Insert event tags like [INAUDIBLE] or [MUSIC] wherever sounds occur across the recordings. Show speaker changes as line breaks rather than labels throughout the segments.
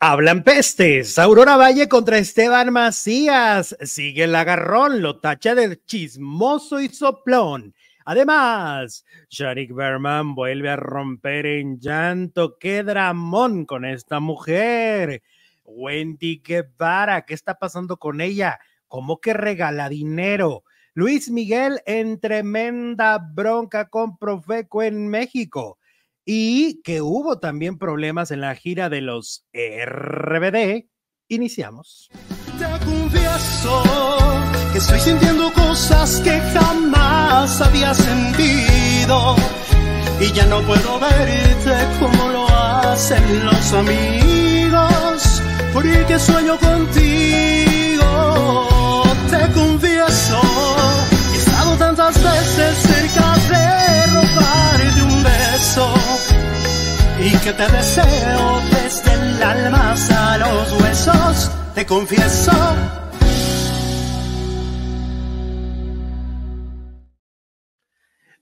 Hablan pestes. Aurora Valle contra Esteban Macías. Sigue el agarrón, lo tacha de chismoso y soplón. Además, Sharik Berman vuelve a romper en llanto. ¡Qué dramón con esta mujer! Wendy Guevara, ¿qué está pasando con ella? ¿Cómo que regala dinero? Luis Miguel en tremenda bronca con Profeco en México y que hubo también problemas en la gira de los RBD. Iniciamos.
Te confieso que estoy sintiendo cosas que jamás había sentido y ya no puedo verte como lo hacen los amigos porque sueño contigo. Te confieso he estado tantas veces cerca de robarte un beso y que te deseo desde el alma hasta los huesos, te confieso.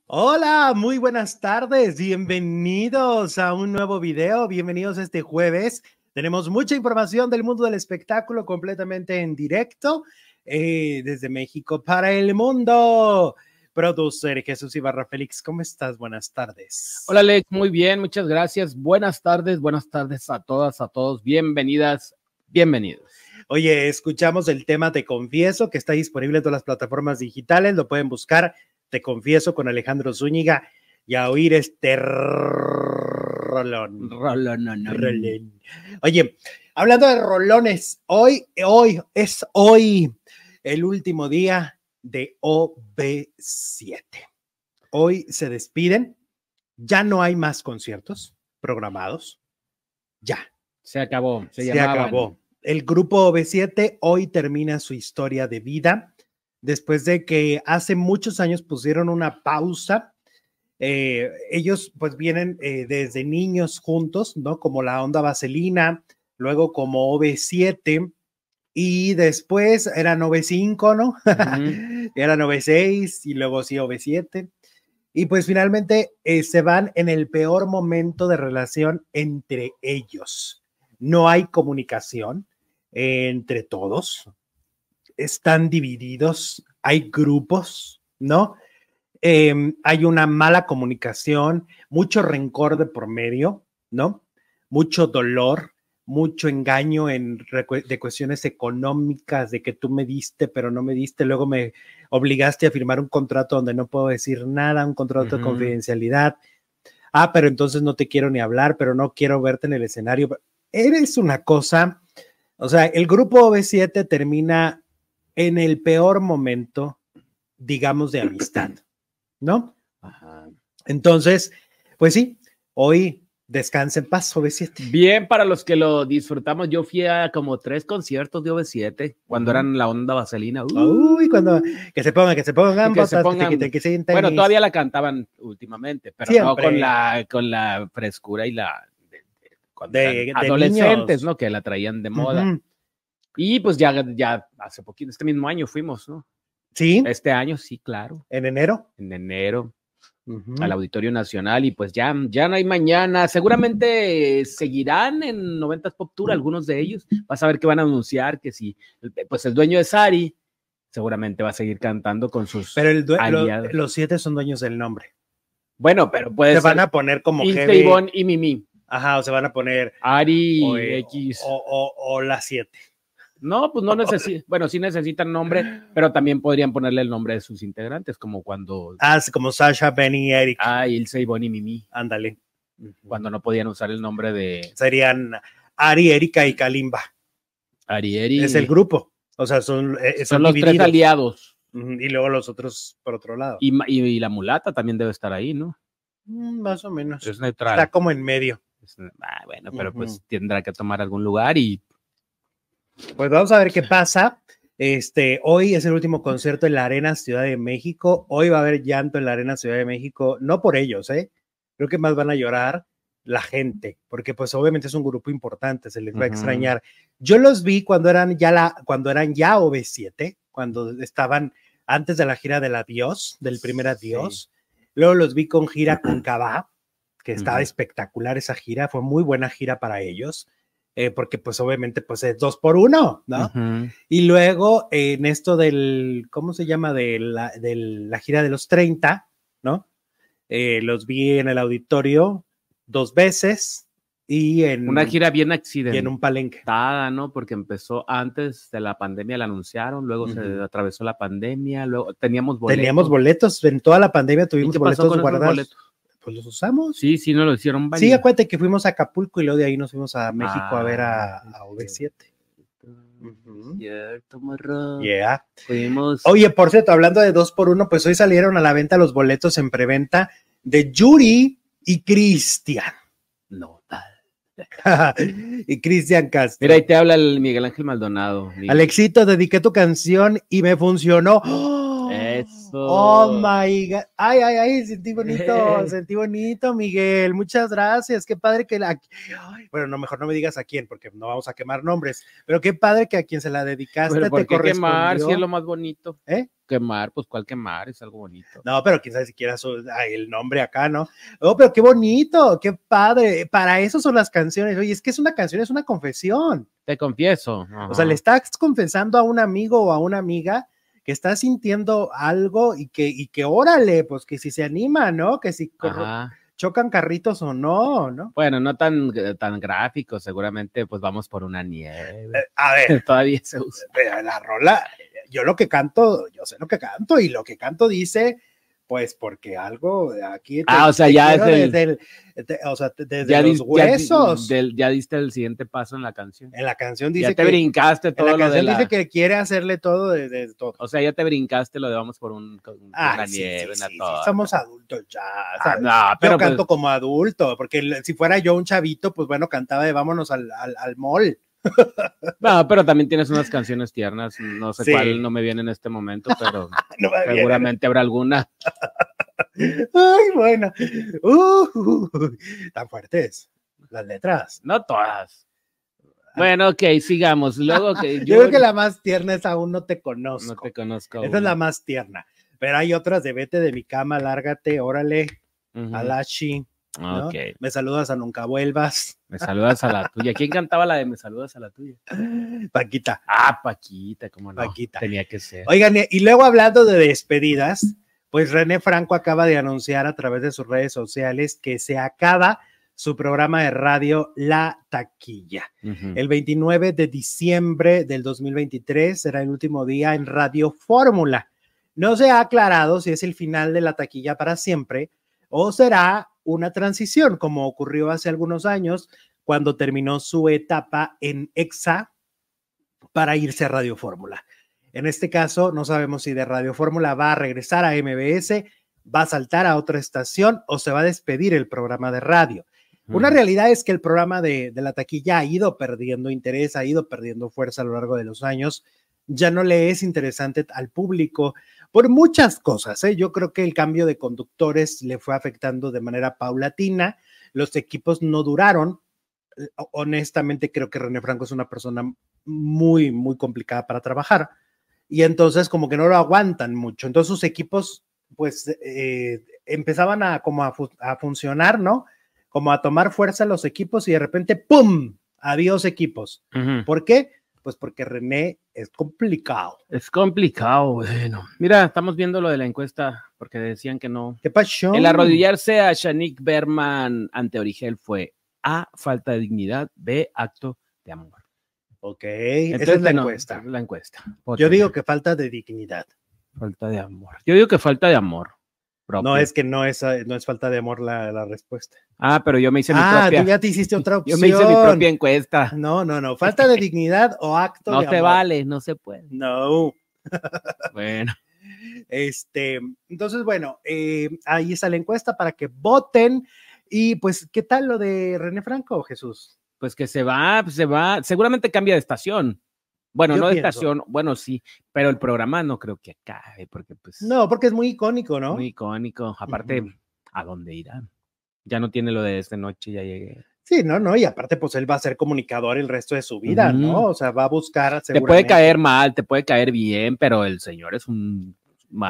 Hola, muy buenas tardes, bienvenidos a un nuevo video, bienvenidos este jueves. Tenemos mucha información del mundo del espectáculo completamente en directo eh, desde México para el mundo producer Jesús Ibarra Félix. ¿Cómo estás? Buenas tardes.
Hola, Alex. Muy bien, muchas gracias. Buenas tardes, buenas tardes a todas, a todos. Bienvenidas, bienvenidos.
Oye, escuchamos el tema Te Confieso, que está disponible en todas las plataformas digitales. Lo pueden buscar, Te Confieso, con Alejandro Zúñiga y a oír este rolón.
Rolón, no, no.
rolón. Oye, hablando de rolones, hoy, hoy, es hoy el último día de OB7. Hoy se despiden, ya no hay más conciertos programados, ya.
Se acabó, se,
Se,
llamaban.
acabó. El grupo OB7 hoy termina su historia de vida después de que hace muchos años pusieron una pausa. Eh, ellos pues vienen eh, desde niños juntos, ¿no? Como la onda vaselina, luego como OB7 y después eran OB5, ¿no? [LAUGHS]
Ujú.
Era 96 y luego sí OV7. Y pues finalmente eh, se van en el peor momento de relación entre ellos. No hay comunicación entre todos. Están divididos, hay grupos, ¿no? Em, hay una mala comunicación, mucho rencor de por medio, ¿no? Mucho dolor, mucho engaño en recue- de cuestiones económicas, de que tú me diste, pero no me diste, luego me obligaste a firmar un contrato donde no puedo decir nada, un contrato de
Ujú.
confidencialidad. Ah, pero entonces no te quiero ni hablar, pero no quiero verte en el escenario. Eres una cosa, o sea, el grupo OV7 termina en el peor momento, digamos, de amistad, ¿no?
Ajá.
Entonces, pues sí, hoy descansa en paz, OV7.
Bien, para los que lo disfrutamos, yo fui a como tres conciertos de OV7 cuando
Ujú.
eran la onda vaselina. Uh.
Uy, cuando que se pongan, que se pongan
Que se
botas, que se
pongan-
quiten, que se den
Bueno,
tenis.
todavía la cantaban últimamente, pero no
Siempre.
con la, con la frescura y la. de- de- cuando
De-
eran
de niños.
adolescentes, ¿no? Que la traían de moda.
Ujú.
Y pues ya, ya hace poquito, este mismo año fuimos, ¿no?
Sí,
Este año, sí, claro,
en enero.
en enero,
Ujú.
al Auditorio Nacional, y pues ya, ya no hay mañana. Seguramente eh, seguirán en 90 Pop Tour algunos de ellos. Vas a ver que van a anunciar que si, eh, pues el dueño de Sari seguramente va a seguir cantando con sus.
Pero el due- lo-
aliado.
los siete son dueños del nombre.
bueno, pero puede
Se
ser
van a poner como
Ilse,
heavy.
Ivonne y Mimi.
Ajá, o se van a poner
Ari
o, eh,
X.
o, o- o las siete.
No,
oh,
pues no necesitan. Bueno, sí necesitan nombre, pero también podrían ponerle el nombre de sus integrantes, como cuando.
Ah, sí, como Sasha, Benny y Eric.
Ah, Ilse, Ivonne y Mimi.
Ándale.
cuando no podían usar el nombre de
Serían Ari, Erika y Kalimba.
Arieri.
Es el grupo. O sea, son, eh,
Son
son
los tres
divididos.
aliados.
Ujú, Y luego los otros por otro lado.
Y, ma- y- y la mulata también debe estar ahí, ¿no?
Mm, más o menos.
Pues Es neutral.
Está como en medio.
Es- ah, bueno, pero
Ujú.
pues tendrá que tomar algún lugar y
Pues vamos a ver qué pasa. Este, hoy es el último concierto en la Arena Ciudad de México. Hoy va a haber llanto en la Arena Ciudad de México, no por ellos, ¿eh? Creo que más van a llorar la gente, porque pues obviamente es un grupo importante, se les va a
Ujú.
extrañar. Yo los vi cuando eran ya la cuando eran ya OV7, cuando estaban antes de la gira del Adiós, del primer Adiós. Luego los vi con gira con Cabá, que estaba
Ujú.
espectacular esa gira, fue muy buena gira para ellos. eh, porque pues obviamente pues es dos por uno, ¿no?
Ujú.
Y luego eh, en esto del, ¿cómo se llama? De la, de la gira de los 30, ¿no? Eh, los vi en el auditorio dos veces y en,
Una gira bien
y en
accidentada,
un palenque.
¿no? Porque empezó antes de la pandemia, la anunciaron, luego se
Ujú.
atravesó la pandemia, luego teníamos boletos.
Teníamos boletos, en toda la pandemia
¿Y
tuvimos
qué pasó
boletos
con esos
guardados.
boletos?
Pues los usamos. Sí,
Sí, sí, nos lo hicieron válido.
acuérdate que fuimos a Acapulco y luego de ahí nos fuimos a México a ver a,
Ah,
a
sí.
OV7. Ujú.
Cierto, morro.
Yeah.
Fuimos-
Oye, por cierto, hablando de dos por uno, pues hoy salieron a la venta los boletos en preventa de Yuri y Cristian. [LAUGHS]
No, tal.
y Cristian Castro.
Mira, ahí te habla el Miguel Ángel Maldonado. mi-
Alexito, dediqué tu canción y me funcionó.
Eso.
Oh my God. Ay, ay, ay, sentí bonito,
[LAUGHS] Eh.
sentí bonito, Miguel. Muchas gracias. Qué padre que la. Ay, bueno, no, mejor no me digas a quién, porque no vamos a quemar nombres. Pero qué padre que a quien se la dedicaste
Pero ¿por
te
qué quemar si
correspondió.
es lo más bonito?
¿Eh?
Quemar, pues ¿cuál quemar? Es algo bonito.
No, pero quién sabe si quieras el nombre acá, ¿no? Oh, pero qué bonito, qué padre. Para eso son las canciones. Oye, es que es una canción, es una confesión.
Te confieso.
O sea,
Ajá.
le estás confesando a un amigo o a una amiga que está sintiendo algo y que, y que órale, pues que si se anima, ¿no? Que si corro-
Ajá.
chocan carritos o no, ¿no?
Bueno, no tan, tan gráfico, seguramente pues vamos por una nieve.
Eh, a ver,
[LAUGHS] Todavía se usa.
eh, la rola, eh, yo lo que canto, yo sé lo que canto y lo que canto dice, pues porque algo de aquí. te-
Ah, o sea,
te
ya
quiero
es el-
desde el- te- o sea, te- desde
Ya,
los
dis- ya di-
huesos.
del- ya diste el siguiente paso en la canción.
En la canción
Ya
dice
te
que en
brincaste todo
la
lo de
canción
la...
dice que quiere hacerle todo desde todo.
O sea, ya te brincaste lo de vamos por un, con- con una
Ay, Ah, sí,
nieve,
sí,
una
sí, sí,
torta.
somos adultos ya.
Ah,
¿sabes?
no,
yo
pero pues,
canto como adulto, porque el- si fuera yo un chavito, pues bueno, cantaba de vámonos al, al, al
[LAUGHS]
mall.
pues, No, pero también tienes unas canciones tiernas, no sé
Sí.
cuál no me viene en este momento,
[LAUGHS]
pero
No me viene.
seguramente habrá alguna.
Ay, bueno. [LAUGHS] Uh, uh, uh, tan fuertes las letras.
No todas. Bueno, ok, sigamos. Luego
[LAUGHS]
que
Yo, creo que la más tierna es aún no te conozco.
no te conozco.
Esa es la más tierna. Pero hay otras de vete de mi cama, lárgate, órale,
Ujú.
Alashi, ¿no?
Ok,
me saludas a nunca vuelvas,
me saludas a la tuya. ¿Quién cantaba la de me saludas a la tuya?
Paquita.
Ah, Paquita, cómo no.
Paquita.
Tenía que ser.
Oigan, y- y luego hablando de despedidas, pues René Franco acaba de anunciar a través de sus redes sociales que se acaba su programa de radio La Taquilla.
Ujú.
El 29 de diciembre del 2023 será el último día en Radio Fórmula. No se ha aclarado si es el final de La Taquilla para siempre o será una transición como ocurrió hace algunos años cuando terminó su etapa en EXA para irse a Radio Fórmula. En este caso, no sabemos si de Radio Fórmula va a regresar a MBS, va a saltar a otra estación o se va a despedir el programa de radio. Una
Ujú.
realidad es que el programa de, de la taquilla ha ido perdiendo interés, ha ido perdiendo fuerza a lo largo de los años. Ya no le es interesante al público por muchas cosas. ¿eh? Yo creo que el cambio de conductores le fue afectando de manera paulatina. Los equipos no duraron. Eh, Honestamente, creo que René Franco es una persona muy, muy complicada para trabajar. Y entonces como que no lo aguantan mucho. Entonces sus equipos pues eh, empezaban a como a, fu- a funcionar, ¿no? como a tomar fuerza los equipos y de repente, ¡pum! Adiós equipos.
Ujú.
¿Por qué? Pues porque René es complicado.
Es complicado, bueno. Mira, estamos viendo lo de la encuesta porque decían que no,
¿Qué pasó?
El arrodillarse a Shanique Berman ante Origel fue A, falta de dignidad, B, acto de amor.
Ok, esa es la
no,
encuesta.
esa es la encuesta.
Yo
Otra,
digo que falta de dignidad.
falta de amor. Yo digo que falta de amor. propio.
No es que no es, eh, no es falta de amor la, la respuesta.
Ah, pero yo me hice
ah,
mi
tú
propia.
ya te hiciste otra
Yo
opción.
me hice mi propia encuesta.
No, no, no. Falta de dignidad o acto
No
de
se
amor.
vale, no se puede.
No.
Bueno,
Este, entonces, bueno, eh, ahí está la encuesta para que voten. Y pues, ¿qué tal lo de René Franco, Jesús?
pues que se va, pues se va. Seguramente cambia de estación. Bueno,
Yo
no de
pienso.
estación, bueno, sí, pero el programa no creo que acabe, porque pues.
No, porque es muy icónico, ¿no?
Muy icónico. Aparte,
Ujú.
¿a dónde irá? Ya no tiene lo de esta noche, ya llegué.
Sí, no, no, y aparte, pues él va a ser comunicador el resto de su vida,
Ujú.
¿no? O sea, va a buscar.
Te puede
seguramente-
caer mal, te puede caer bien, pero el señor es un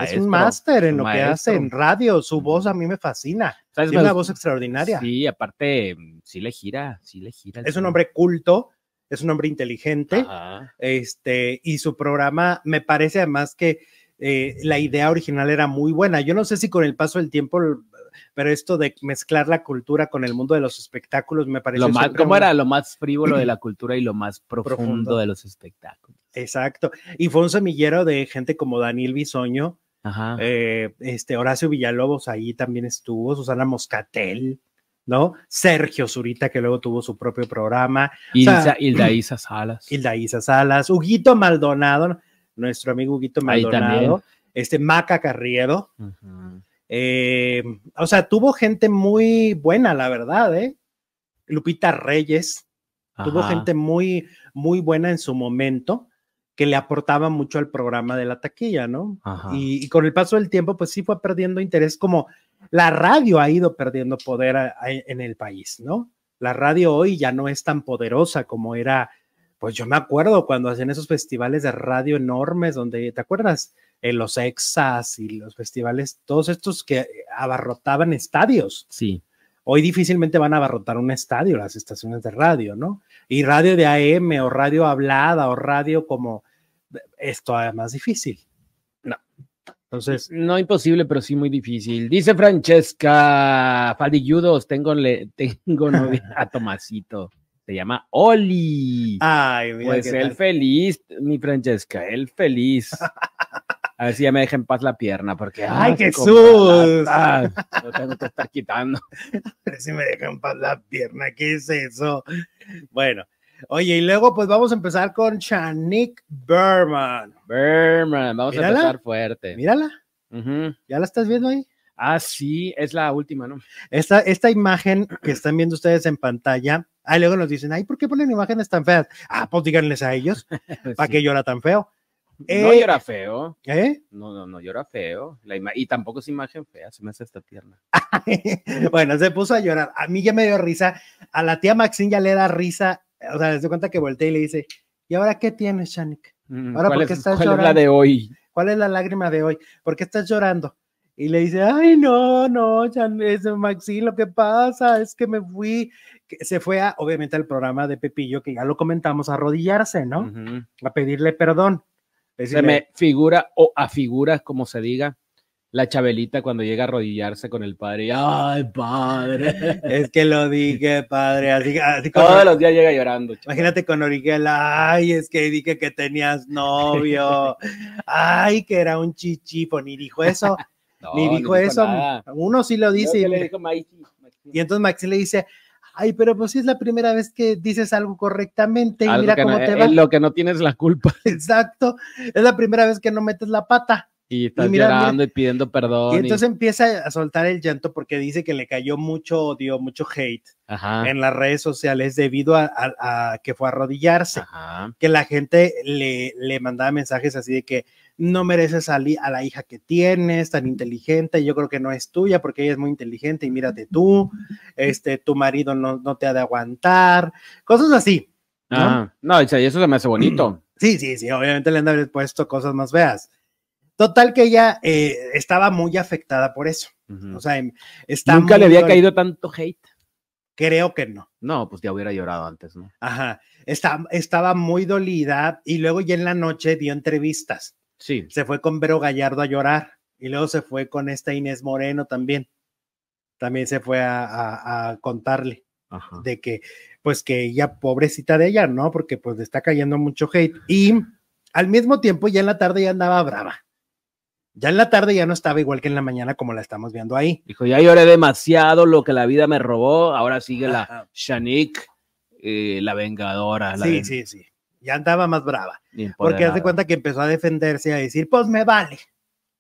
es un máster en lo que hace en radio. Su voz a mí me fascina.
¿Sabes?
Tiene una
Me
voz
gusta-
extraordinaria.
Sí, aparte, mm, sí le gira, sí le gira. el
Es un
señor.
hombre culto, es un hombre inteligente.
Ajá.
este, y su programa me parece además que eh, la idea original era muy buena. Yo no sé si con el paso del tiempo, l- pero esto de mezclar la cultura con el mundo de los espectáculos me parece...
Lo más,
siempre
¿Cómo
un-
era? Lo más frívolo
[CLEARS THROAT]
de la cultura y lo más profundo,
Profundo.
de los espectáculos.
Exacto. Y fue un semillero de gente como Daniel Bisoño,
Ajá.
eh, este, Horacio Villalobos ahí también estuvo, Susana Moscatel, ¿no? Sergio Zurita, que luego tuvo su propio programa,
Ilsa-
o sea- [CLEARS THROAT]
Hilda Isa Salas.
Hilda Isa Salas, Huguito Maldonado, nuestro amigo Huguito
Ahí también.
Maldonado, este Maca Carriedo,
Ujú.
Eh, o sea, tuvo gente muy buena, la verdad, ¿eh? Lupita Reyes, tuvo
Ajá.
gente muy, muy buena en su momento, que le aportaba mucho al programa de la taquilla, ¿no?
Ajá.
Y, y con el paso del tiempo, pues sí fue perdiendo interés, como la radio ha ido perdiendo poder a- a- en el país, ¿no? La radio hoy ya no es tan poderosa como era, pues yo me acuerdo cuando hacían esos festivales de radio enormes, donde, ¿te acuerdas? Eh, los exas y los festivales, todos estos que abarrotaban estadios.
Sí.
Hoy difícilmente van a abarrotar un estadio las estaciones de radio, ¿no? Y radio de AM o radio hablada o radio como, esto además difícil. No. Entonces,
No imposible, pero sí muy difícil. Dice Francesca Fadilludos, tengo, le- [LAUGHS] tengo novia a Tomasito. Se llama Oli.
Ay, mira
pues
qué
él
tal.
feliz, mi Francesca, él feliz. A ver si ya me deja en paz la pierna, porque. ah,
¡Ay,
asco,
Jesús!
ah, Lo tengo que estar quitando.
Pero si me dejan para la pierna, ¿qué es eso? Bueno, oye, y luego pues vamos a empezar con Shanique Berman.
Berman, vamos
Mírala.
a empezar fuerte.
Mírala,
Ujú.
¿ya la estás viendo ahí?
Ah, sí, es la última, ¿no? [LAUGHS]
Esta, esta imagen que están viendo ustedes en pantalla, ahí luego nos dicen, ay, ¿por qué ponen imágenes tan feas? Ah, pues díganles a ellos, ¿para
Sí.
qué llora tan feo?
No
Eh,
llora feo.
¿Eh?
No, no, no llora feo. La ima- y tampoco es imagen fea, se me hace esta pierna.
¿eh? [LAUGHS] bueno, se puso a llorar. A mí ya me dio risa. A la tía Maxine ya le da risa. O sea, se cuenta que voltea y le dice, ¿y ahora qué tienes, Shanique?
Mm,
Ahora,
¿Cuál,
¿por
es,
qué estás
cuál es la
llorando?
de hoy?
¿cuál es la lágrima de hoy? ¿Por qué estás llorando? Y le dice, ay, no, no, ya no es Maxi, lo que pasa es que me fui, que se fue a, obviamente al programa de Pepillo, que ya lo comentamos, a arrodillarse, ¿no?
Ujú.
A pedirle perdón.
Mm. Se
Decirle,
me figura o a figuras, como se diga, la Chabelita cuando llega a arrodillarse con el padre. y, ¡Ay, padre!
Es que lo dije, padre, así, así como,
Todos los días llega llorando. chico.
imagínate con Origuela, ay, es que dije que tenías novio, ay, que era un chichifo, ni dijo
[LAUGHS]
eso,
No,
ni
no
dijo eso,
nada.
uno sí lo dice.
Creo
y
que le
mira.
dijo Mikey, Mikey.
Y entonces Maxi le dice, ay, pero pues si es la primera vez que dices algo correctamente y
Algo
mira
que
cómo
no-
te
eh,
va.
Lo que no tienes la culpa.
[LAUGHS]
[LAUGHS]
Exacto, es la primera vez que no metes la pata.
Y estás
mira, mira.
llorando y pidiendo perdón.
Y
y-
entonces empieza a soltar el llanto porque dice que le cayó mucho odio, mucho hate
Ajá.
en las redes sociales debido a, a- a que fue a arrodillarse.
Ajá.
Que la gente le, le mandaba mensajes así de que no mereces a, li- a la hija que tienes, tan inteligente, yo creo que no es tuya porque ella es muy inteligente y mírate tú, este, tu marido no, no te ha de aguantar, cosas así. ¿no?
Ajá. Ah, No, o sea, y eso se me
[CLEARS THROAT]
hace bonito.
Sí, sí, sí, obviamente le han de haber puesto cosas más feas. Total que ella eh, estaba muy afectada por eso.
Ujú.
O sea, em, está
Nunca
muy
le había
dol-
caído tanto hate.
Creo que no.
No, pues ya hubiera llorado antes, ¿no?
Ajá. Está, estaba muy dolida y luego ya en la noche dio entrevistas.
Sí.
Se fue con Vero Gallardo a llorar y luego se fue con esta Inés Moreno también. También se fue a, a- a contarle
Ajá.
de que, pues que ella, pobrecita de ella, ¿no? Porque pues le está cayendo mucho hate. Y al mismo tiempo ya en la tarde ya andaba brava. Ya en la tarde ya no estaba igual que en la mañana como la estamos viendo ahí.
Dijo, ya lloré demasiado, lo que la vida me robó, ahora sigue la
Ajá.
Shanique, eh, la vengadora. La
Sí,
ven-
sí, sí. Ya andaba más brava. Porque
empoderada.
hace cuenta que empezó a defenderse y a decir, pues me vale.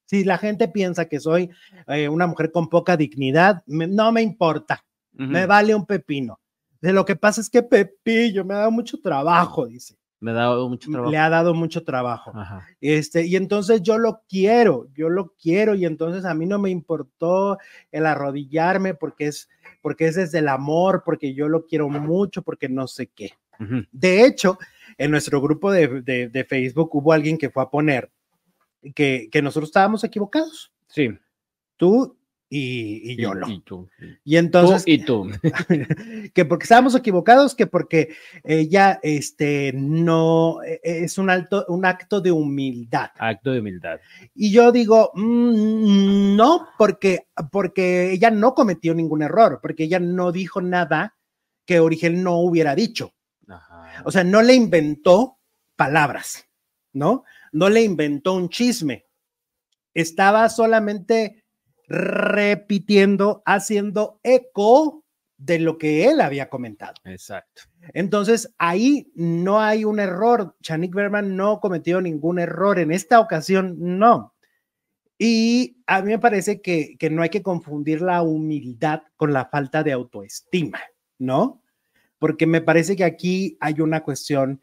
Si la gente piensa que soy eh, una mujer con poca dignidad, me- no me importa,
Ujú.
me vale un pepino. De lo que pasa es que Pepillo me ha dado mucho trabajo, dice.
Me ha dado mucho trabajo.
Le ha dado mucho trabajo.
Ajá.
Este, y entonces yo lo quiero, yo lo quiero, y entonces a mí no me importó el arrodillarme porque es, porque es desde el amor, porque yo lo quiero mucho, porque no sé qué.
Ujú.
De hecho, en nuestro grupo de, de- de Facebook hubo alguien que fue a poner que, que nosotros estábamos equivocados,
Sí.
tú y, y yo no.
Y tú.
Y entonces,
Tú y tú. [LAUGHS]
que porque estábamos equivocados, que porque ella este, no e- es un, alto, un acto de humildad.
Acto de humildad.
Y yo digo, "Mm, no, porque, porque ella no cometió ningún error, porque ella no dijo nada que Origel no hubiera dicho.
Ajá.
O sea, no le inventó palabras, ¿no? No le inventó un chisme. Estaba solamente repitiendo, haciendo eco de lo que él había comentado.
Exacto.
Entonces, ahí no hay un error. Chanik Berman no cometió ningún error. En esta ocasión, no. Y a mí me parece que, que no hay que confundir la humildad con la falta de autoestima, ¿no? Porque me parece que aquí hay una cuestión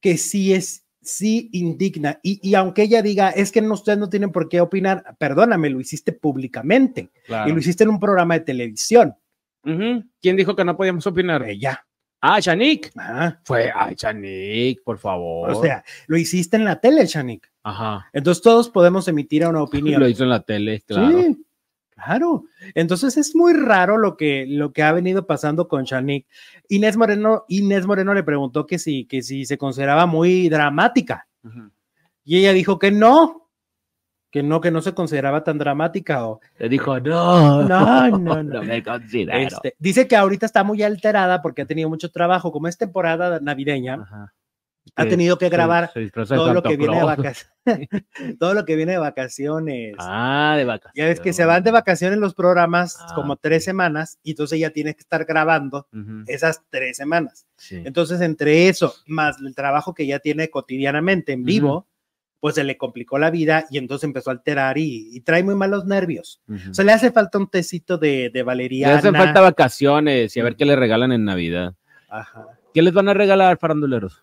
que sí es, sí indigna. Y, y aunque ella diga, es que no, ustedes no tienen por qué opinar, perdóname, lo hiciste públicamente
Claro.
y lo hiciste en un programa de televisión.
Ujú. ¿Quién dijo que no podíamos opinar?
Ella.
Ah, Chanik.
ajá.
Fue, ay, Chanik, por favor.
O sea, lo hiciste en la tele, Chanik.
Ajá.
Entonces todos podemos emitir una opinión.
Lo hizo en la tele, claro.
Sí, claro. Entonces es muy raro lo que, lo que ha venido pasando con Shanik. Inés Moreno, Inés Moreno le preguntó que si, que si se consideraba muy dramática
Ujú.
y ella dijo que no, que no, que no se consideraba tan dramática
[LAUGHS]
o
Le dijo, [LAUGHS] no.
no, no, no.
No me considero.
Este, dice que ahorita está muy alterada porque ha tenido mucho trabajo, como es temporada navideña,
Ajá.
ha
Ah, Sí,
tenido que
se-
grabar
se disfraza de
todo lo
Santa
que viene de
Claus.
vacaciones, [LAUGHS] todo lo que viene de vacaciones.
Ah, de vacaciones.
Ya ves que se van de vacaciones los programas
Ah,
como
ok.
tres semanas y entonces ya tienes que estar grabando
Ujú,
esas tres semanas.
sí.
Entonces, entre eso, más el trabajo que ya tiene cotidianamente en vivo, pues se le complicó la vida y entonces empezó a alterar y, y trae muy malos nervios.
Ujú.
O sea, le hace falta un tecito de, de
Le
valeriana.
hacen falta vacaciones
Mm.
y a ver qué le regalan en Navidad.
Ajá.
¿Qué les van a regalar, faranduleros?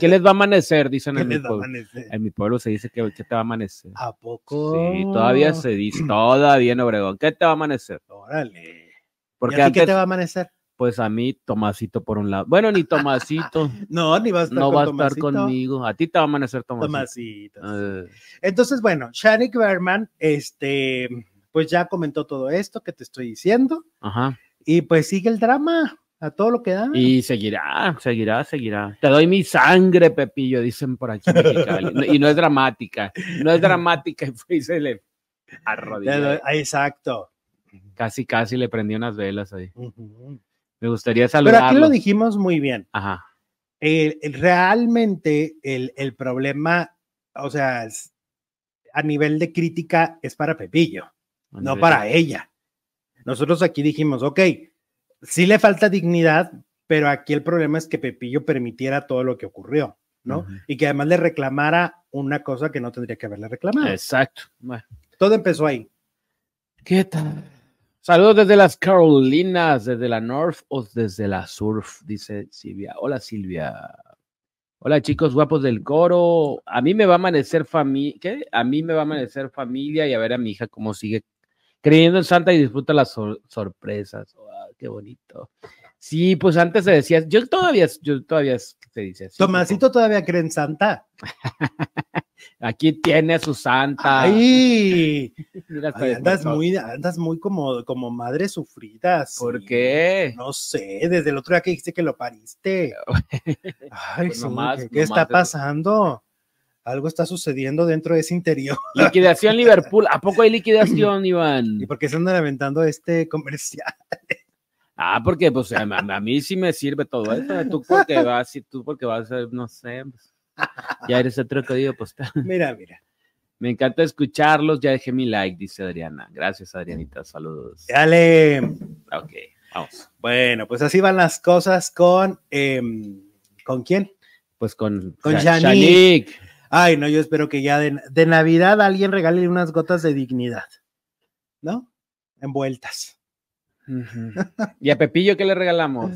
¿Qué les va a amanecer? Dicen
[LAUGHS] ¿Qué
en mi
les
pueblo.
daban ese?
En mi pueblo se dice que, que te va a amanecer.
¿A poco?
Sí, todavía se dice, todavía en Obregón. ¿Qué te va a amanecer?
Órale.
Porque
¿Y a ti qué
antes,
te va a amanecer?
pues a mí, Tomasito por un lado. Bueno, ni Tomasito,
No, ni [LAUGHS] vas a estar
no
con
va a estar
Tomasito.
conmigo. A ti te va a amanecer Tomasito.
Tomasito, sí.
Eh,
Entonces, bueno, Shanik Berman, este, pues ya comentó todo esto que te estoy diciendo
ajá.
y pues sigue el drama a todo lo que da.
Y seguirá, seguirá, seguirá. Te doy mi sangre, Pepillo, dicen por aquí en Mexicali. No, y no es dramática, no es dramática. [LAUGHS] Y fue y se le arrodilló.
Te doy- ah, Exacto.
Casi, casi le prendí unas velas ahí.
Ujú.
Me gustaría
Pero
saludarlo.
aquí lo dijimos muy bien.
Ajá.
El- el- realmente el, el problema, o sea, es- a nivel de crítica es para Pepillo, no para ella. Nosotros aquí dijimos, ok, sí le falta dignidad, pero aquí el problema es que Pepillo permitiera todo lo que ocurrió. ¿no?
Ujú.
Y que además le reclamara una cosa que no tendría que haberle reclamado.
Exacto. Bueno,
Todo empezó ahí.
¿Qué tal? Saludos desde las Carolinas, desde la North o desde la Surf, dice Silvia. Hola Silvia. Hola chicos guapos del coro. A mí me va a amanecer familia, ¿qué? A mí me va a amanecer familia y a ver a mi hija cómo sigue creyendo en Santa y disfruta las sor- sorpresas. Ah, qué bonito. Sí, pues antes se decía, yo todavía, yo todavía se dice así.
Tomasito todavía cree en Santa.
Aquí tiene a su Santa. [LAUGHS]
Ay,
Mira, hasta
ay, andas
despertó.
muy, andas muy como, como madre sufrida. sí.
¿Por qué?
No sé, desde el otro día que dijiste que lo
[LAUGHS]
pariste. Ay,
Pues
sí,
nomás-
¿qué, qué
nomás
está
de-
pasando? Algo está sucediendo dentro de ese interior. [LAUGHS]
Liquidación Liverpool. ¿A poco
[CLEARS THROAT]
hay liquidación, Iván?
¿Y por qué se andan aventando este comercial? [LAUGHS]
Ah, porque pues a, a mí sí me sirve todo esto. Tú porque vas y tú porque vas a, no sé, pues, ya eres otro código postal.
Mira, mira.
Me encanta escucharlos. Ya dejé mi like, dice Adriana. Gracias, Adrianita. Saludos.
Dale.
Ok, vamos.
Bueno, pues así van las cosas con. em, ¿Con quién?
Pues con,
Con Yannick.
Sha- Yannick.
Ay, no, yo espero que ya de, de Navidad alguien regale unas gotas de dignidad, ¿no? Envueltas.
Ujú. ¿Y a Pepillo qué le regalamos?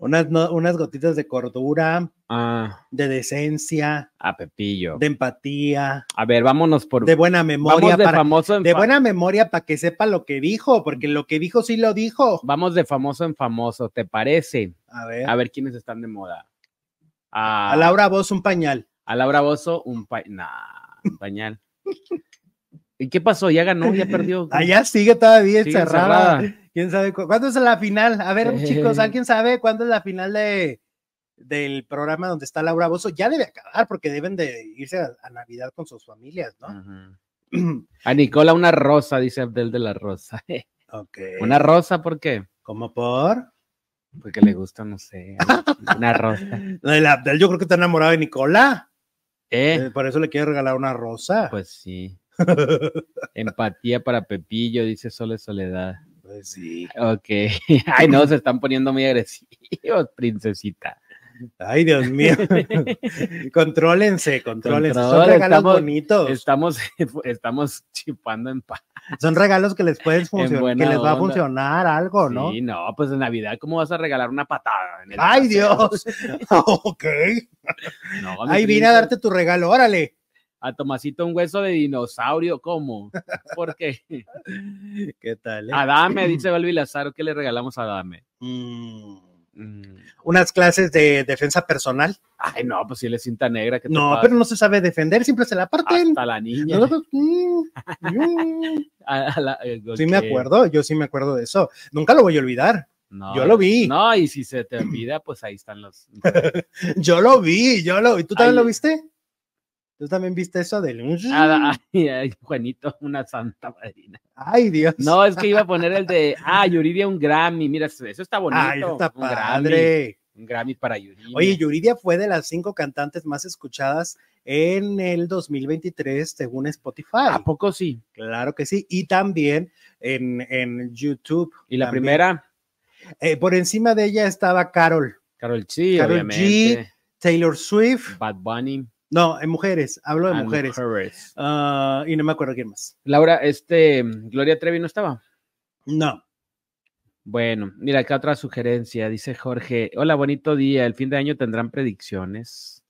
Unas, no- unas gotitas de cordura,
Ah,
de decencia,
a Pepillo.
de empatía,
A ver, vámonos por.
de buena memoria.
vamos de
para,
famoso en
de
fa-
buena memoria para que sepa lo que dijo, porque lo que dijo sí lo dijo.
Vamos de famoso en famoso, ¿te parece?
A ver.
A ver quiénes están de moda.
¿Eh? A Laura Voz un pañal.
A Laura Bozo, un, pa- nah, un pañal. ¿Y qué pasó? Ya ganó,
[LAUGHS]
ya perdió.
Allá sigue todavía
Ah. Sigue
encerrada.
encerrada.
¿Quién sabe cu- cuándo es la final? A ver,
Eh.
chicos, ¿alguien sabe cuándo es la final de, del programa donde está Laura Bozo? Ya debe acabar porque deben de irse a, a Navidad con sus familias, ¿no?
Ajá. A Nicola una rosa, dice Abdel de la Rosa.
Eh. [CLEARS THROAT] ok.
¿Una rosa por qué?
¿Cómo por?
Porque le gusta,
[LAUGHS]
no sé. Una rosa.
El Abdel, yo creo que está enamorado de Nicola.
¿Eh?
Eh, Por eso le quiere regalar una rosa. Pues, [LAUGHS]
Pues sí. Empatía para Pepillo, dice Sole Soledad.
Pues sí.
Ok. [LAUGHS] Ay, no, se están poniendo muy agresivos,
[LAUGHS]
princesita.
Ay, Dios mío. [LAUGHS] contrólense, contrólense. Son
Control,
regalos
estamos-
bonitos.
Estamos, [LAUGHS] estamos chipando en paz.
Son regalos que les pueden funcionar,
buena
que les va a
onda.
funcionar algo, ¿no?
Sí, no, pues en Navidad, ¿cómo vas a regalar una patada? en el
¡Ay,
trasero?
Dios! [LAUGHS] ok.
[LAUGHS] No, mi
Ahí vine a
princesa.
darte tu regalo, órale.
A Tomasito un hueso de dinosaurio, ¿cómo?
[LAUGHS]
¿Por qué?
¿Qué tal? eh?
Adame, dice Balbi Lazaro, ¿qué le regalamos a Adame?
Mm,
Mm.
Unas clases de defensa personal.
Ay, no, pues si él es cinta negra. ¿qué te
No,
pasa?
pero no se sabe defender, siempre se la parten.
Hasta la niña.
Nosotros, mm, mm.
[LAUGHS] A- a la- eh,
Sí me
ok.
acuerdo, yo sí me acuerdo de eso. Nunca lo voy a olvidar. [LAUGHS]
No,
Yo lo vi.
No, y si se te olvida, pues ahí
[LAUGHS]
están los.
Yo lo vi, yo lo vi. ¿Tú también
Ay.
lo viste? ¿Tú también viste eso del...
[LAUGHS] Ah, ay, ay, Juanito, una santa madrina.
Ay, Dios.
No, es que iba a poner el de, ah, Yuridia un Grammy. Mira, eso está bonito.
Ay, está
un Grammy,
padre.
un Grammy para Yuridia.
Oye, Yuridia fue de las cinco cantantes más escuchadas en el 2023 según Spotify.
¿A poco sí?
Claro que sí. Y también en, en YouTube.
Y la
También.
primera,
Eh, por encima de ella estaba Carol,
Carol G,
Karol
obviamente.
Taylor Swift.
Bad Bunny.
No, en mujeres. Hablo de
and
mujeres.
Hers.
Ah, y no me acuerdo quién más.
Laura, este, Gloria Trevi no estaba.
No.
Bueno, mira acá otra sugerencia, dice Jorge. Hola, bonito día. El fin de año tendrán predicciones.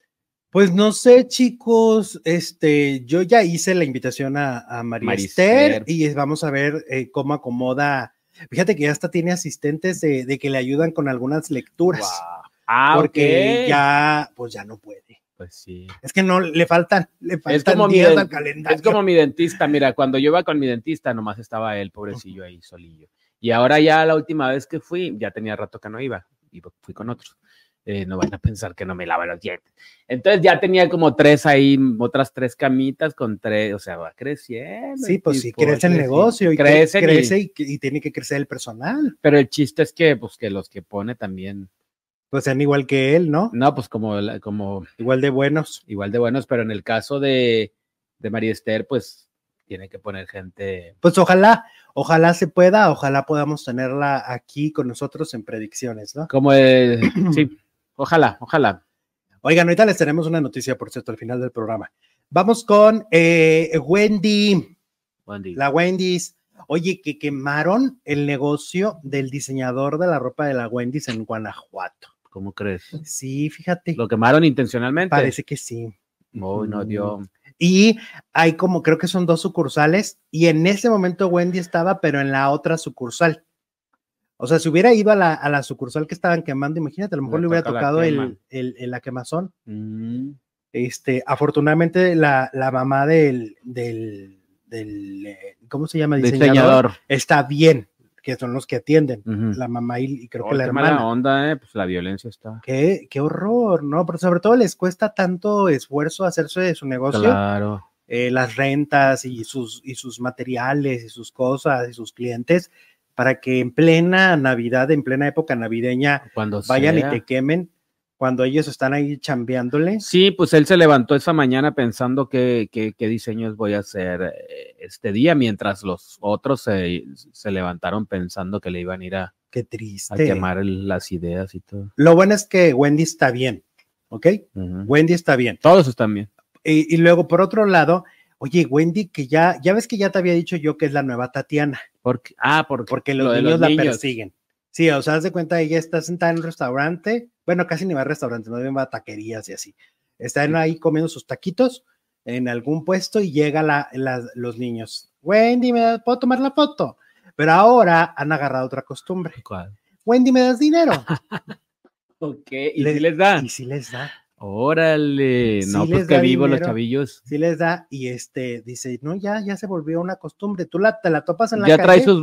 Pues no sé, chicos. Este, yo ya hice la invitación a, a Marister
Marister.
y es- vamos a ver eh, cómo acomoda. Fíjate que ya hasta tiene asistentes de, de que le ayudan con algunas lecturas.
Guau. Ah,
porque
ok.
ya, pues ya no puede.
Pues sí.
Es que no le faltan, le faltan
como mi
días
del-
al calendario.
Es como mi dentista, mira, cuando yo iba con mi dentista, nomás estaba él, pobrecillo, ahí solillo. Y ahora ya la última vez que fui, ya tenía rato que no iba, y fui con otros. Eh, no van a pensar que no me lava los dientes. Entonces ya tenía como tres ahí, otras tres camitas con tres, o sea, va creciendo.
Sí,
el
pues sí,
tipo, va
crece el
creciendo.
negocio y crece,
Crecen y-
crece y, y tiene que crecer el personal.
Pero el chiste es que, pues, que los que pone también,
Pues sean igual que él, ¿no?
no, pues como, la- como
Igual de buenos.
igual de buenos, pero en el caso de, de María Esther, pues tiene que poner gente
Pues ojalá, ojalá se pueda, ojalá podamos tenerla aquí con nosotros en predicciones, ¿no? [CLEARS THROAT]
Como el. sí, ojalá, ojalá.
Oigan, ahorita les tenemos una noticia, por cierto, al final del programa. Vamos con eh, Wendy.
Wendy.
La Wendy's. Oye, que quemaron el negocio del diseñador de la ropa de la Wendy's en Guanajuato.
¿Cómo crees?
Sí, fíjate.
¿Lo quemaron intencionalmente?
Parece que sí.
Uy, no, Dios.
Y hay como, creo que son dos sucursales, y en ese momento Wendy estaba, pero en la otra sucursal. O sea, si hubiera ido a la, a la sucursal que estaban quemando, imagínate, a lo mejor le,
Le
hubiera
toca la
tocado
quema.
el, el, el- la quemazón.
Mm,
Este, afortunadamente, la, la mamá del, del, del, eh, ¿cómo se llama?
Diseñador.
Está bien, que son los que atienden.
Ujú.
la mamá y, y creo
Oh,
que la
qué mala
hermana.
onda, eh, Pues la violencia está.
Qué, qué horror, ¿no? Pero sobre todo les cuesta tanto esfuerzo hacerse de su negocio,
Claro.
eh, las rentas y sus, y sus materiales y sus cosas y sus clientes, para que en plena Navidad, en plena época navideña,
Cuando
vayan
sea.
y te quemen cuando ellos están ahí chambeándoles.
Sí, pues él se levantó esa mañana pensando que, que- qué diseños voy a hacer eh, este día, mientras los otros se, se levantaron pensando que le iban a ir a,
Qué
a
triste.
quemar el- las ideas y todo.
Lo bueno es que Wendy está bien, ¿ok?
Ujú.
Wendy está bien.
Todos están bien.
Y, y luego, por otro lado, oye, Wendy, que ya, ya ves que ya te había dicho yo que es la nueva Tatiana.
Porque, ah, porque,
porque los
lo de
niños
los
la
niños.
persiguen. Sí, o sea, haz de cuenta, ella está sentada en un restaurante, bueno, casi ni va a restaurantes, no va a taquerías y así. Están ahí comiendo sus taquitos en algún puesto y llega la, las- los niños. Wendy, ¿me das- puedo tomar la foto? Pero ahora han agarrado otra costumbre.
¿Cuál? [LAUGHS]
Wendy, ¿me das dinero?
Ok, y
Le-
sí les da.
Y sí les da.
Órale,
Sí
no,
les
pues
da
que vivo los
dinero.
chavillos.
Sí les da y este dice, no, ya, ya se volvió una costumbre. Tú la, te la topas en la
Ya
calle.
trae sus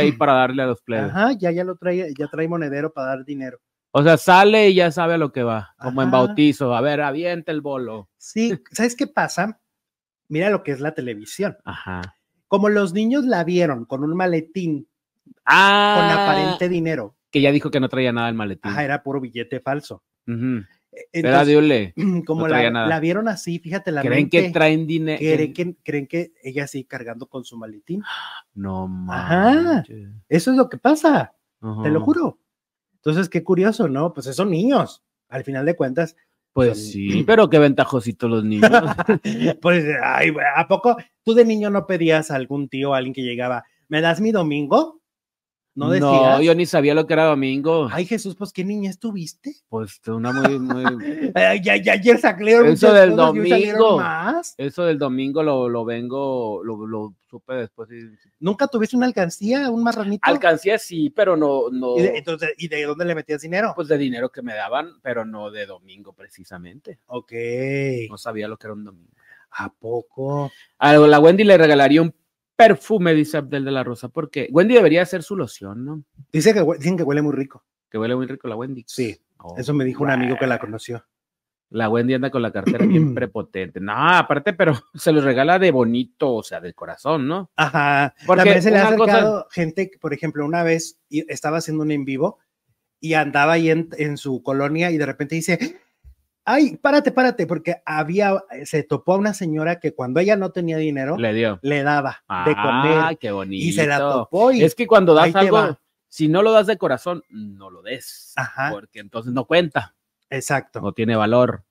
[CLEARS THROAT]
ahí para darle a los plebes.
Ajá, ya, ya lo trae, ya trae monedero para dar dinero.
O sea, sale y ya sabe a lo que va, como en
Ajá.
bautizo. A ver, avienta el bolo.
Sí, ¿sabes qué pasa? Mira lo que es la televisión.
Ajá.
Como los niños la vieron con un maletín con
Ah,
aparente dinero,
que ya dijo que no traía nada el maletín.
ajá, era puro billete falso.
Ujú.
E-
Era
entonces,
Diole.
como
no
la,
traía nada.
la vieron así, fíjate la
¿Creen que
mente,
traen dinero?
creen que creen que ella así cargando con su maletín.
No
Ajá.
manches.
Eso es lo que pasa.
Ajá.
Te lo juro. Entonces, qué curioso, ¿no? Pues son niños. Al final de cuentas,
Pues sí, pero qué ventajositos los niños.
pues, ay, güey, ¿a poco tú de niño no pedías a algún tío, a alguien que llegaba, ¿me das mi domingo? [LAUGHS] No decías.
yo ni sabía lo que era domingo.
Ay, Jesús, pues qué niña estuviste.
Pues una muy, muy.
[LAUGHS] Ay, ya, ya, ayer salieron
Eso
muchas
del
cosas y hoy salieron
domingo.
más.
Eso del domingo lo, lo vengo, lo, lo supe después. y-
Nunca tuviste una alcancía, un marranito.
Alcancía sí, pero no, no.
¿Y de, entonces, ¿y de dónde le metías dinero?
Pues de dinero que me daban, pero no de domingo precisamente.
ok.
No sabía lo que era un domingo.
¿A poco?
A la Wendy le regalaría un perfume, dice Abdel de la Rosa, porque Wendy debería hacer su loción, ¿no?
Dice que, hue- dicen que huele muy rico.
Que huele muy rico la Wendy.
Sí,
Oh,
Eso me dijo un amigo que la
guau.
conoció.
La Wendy anda con la
[CLEARS THROAT]
cartera bien prepotente. No, aparte, pero [LAUGHS] se los regala de bonito, o sea, del corazón, ¿no?
Ajá.
Porque
También se le ha
una cosa-
acercado gente, que, por ejemplo, una vez y- estaba haciendo un en vivo y andaba ahí en, en su colonia y de repente dice, ay, párate, párate, porque había, eh, se topó a una señora que cuando ella no tenía dinero, le,
Le dio.
daba de
Ah,
comer
qué bonito.
y se la topó y
Es que cuando
Ahí
das
te
algo,
va.
si no lo das de corazón, no lo des.
Ajá.
Porque entonces no cuenta,
Exacto.
no tiene valor.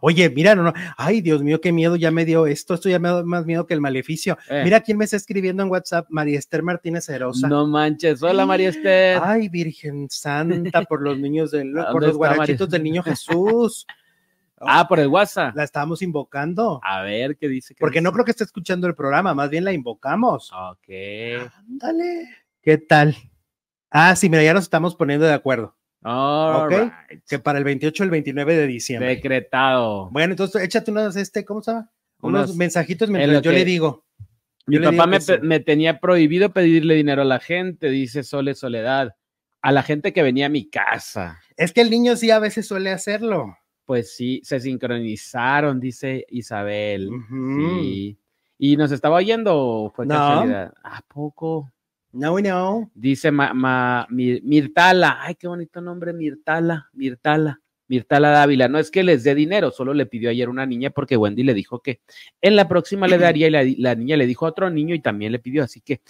Oye, mira, no, no. Ay, Dios mío, qué miedo ya me dio esto. Esto ya me da más miedo que el maleficio.
Eh,
Mira quién me está escribiendo en WhatsApp, María Esther Martínez Herosa.
no manches. Hola, María Esther.
Ay, Virgen Santa, por los niños del,
[LAUGHS] ¿A
por
dónde
los
está María?
guarachitos del niño
[LAUGHS]
Jesús. Oh,
Ah, por el WhatsApp.
La estábamos invocando.
A ver qué dice. qué
Porque no
dice?
creo que esté escuchando el programa, más bien la invocamos.
Ok.
Ándale. ¿Qué tal? Ah, sí, mira, ya nos estamos poniendo de acuerdo.
All
Ah, Ok.
right.
Que para el 28 o el 29 de diciembre.
Decretado.
Bueno, entonces échate unos, este, ¿cómo se llama? Unos,
Unos-
mensajitos
en
mientras
lo
yo le
que-
digo.
Mi
Yo le
papá
digo
me,
que
pe-
sí.
me tenía prohibido pedirle dinero a la gente, dice Sole Soledad, a la gente que venía a mi casa.
Es que el niño sí a veces suele hacerlo.
Pues sí, se sincronizaron, dice Isabel.
Ujú.
Sí. ¿Y nos estaba oyendo? o Fue
Mm. No.
casualidad? ¿A poco?
No, no.
Dice Ma- Ma- Mir- Mirtala. Ay, qué bonito nombre, Mirtala, Mirtala, Mirtala Dávila. No es que les dé dinero, solo le pidió ayer una niña porque Wendy le dijo que en la próxima le daría y la, la niña le dijo a otro niño y también le pidió. Así que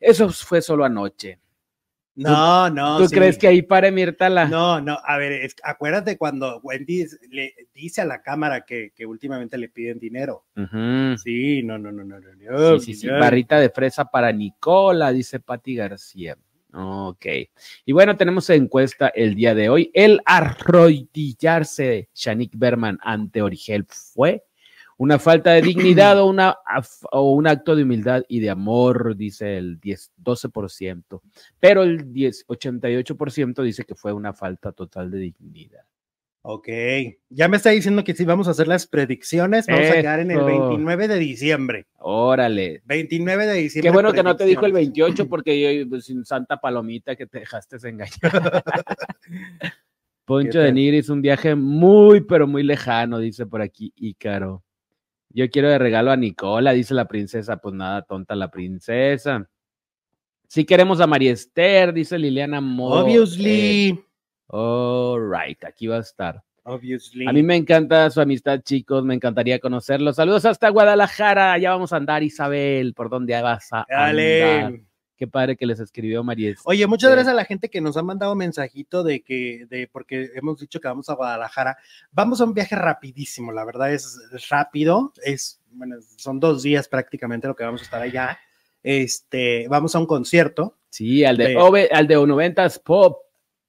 eso fue solo anoche.
No, no.
¿Tú
sí.
crees que ahí pare Mirtala?
No, no, a ver, es- acuérdate cuando Wendy es- le dice a la cámara que, que últimamente le piden dinero.
Ujú.
Sí, no, no, no, no. no,
Sí,
no,
sí, sí.
no.
Barrita de fresa para Nicola, dice Patti García. Ok. Y bueno, tenemos encuesta el día de hoy. El arrodillarse de Shanik Berman ante Origel fue una falta de dignidad o, una, af- o un acto de humildad y de amor, dice el 10, 12%. Pero el 10, 88% dice que fue una falta total de dignidad.
Ok, ya me está diciendo que sí, vamos a hacer las predicciones. Vamos a quedar en el
Eso.
29 de diciembre.
Órale,
29 de diciembre.
Qué bueno que no te dijo el
predicciones.
28 porque yo, pues, sin santa palomita que te dejaste engañar.
[LAUGHS] Qué
Poncho
pedo.
de Nigris, un viaje muy, pero muy lejano, dice por aquí Ícaro. Yo quiero de regalo a Nicola, dice la princesa. Pues nada, tonta la princesa. Sí queremos a María Esther, dice Liliana Mo.
Obviously.
Eh, all right, aquí va a estar.
obviously.
A mí me encanta su amistad, chicos. Me encantaría conocerlos. Saludos hasta Guadalajara. Allá vamos a andar, Isabel. ¿Por dónde vas a
Dale.
andar? Qué padre que les escribió María. Esther.
Oye, muchas
Sí.
gracias a la gente que nos ha mandado mensajito de que, de porque hemos dicho que vamos a Guadalajara. Vamos a un viaje rapidísimo, la verdad es rápido, es, bueno, son dos días prácticamente lo que vamos a estar allá. Este, vamos a un concierto,
Sí, al de,
Ve.
Ove- al de O90s Pop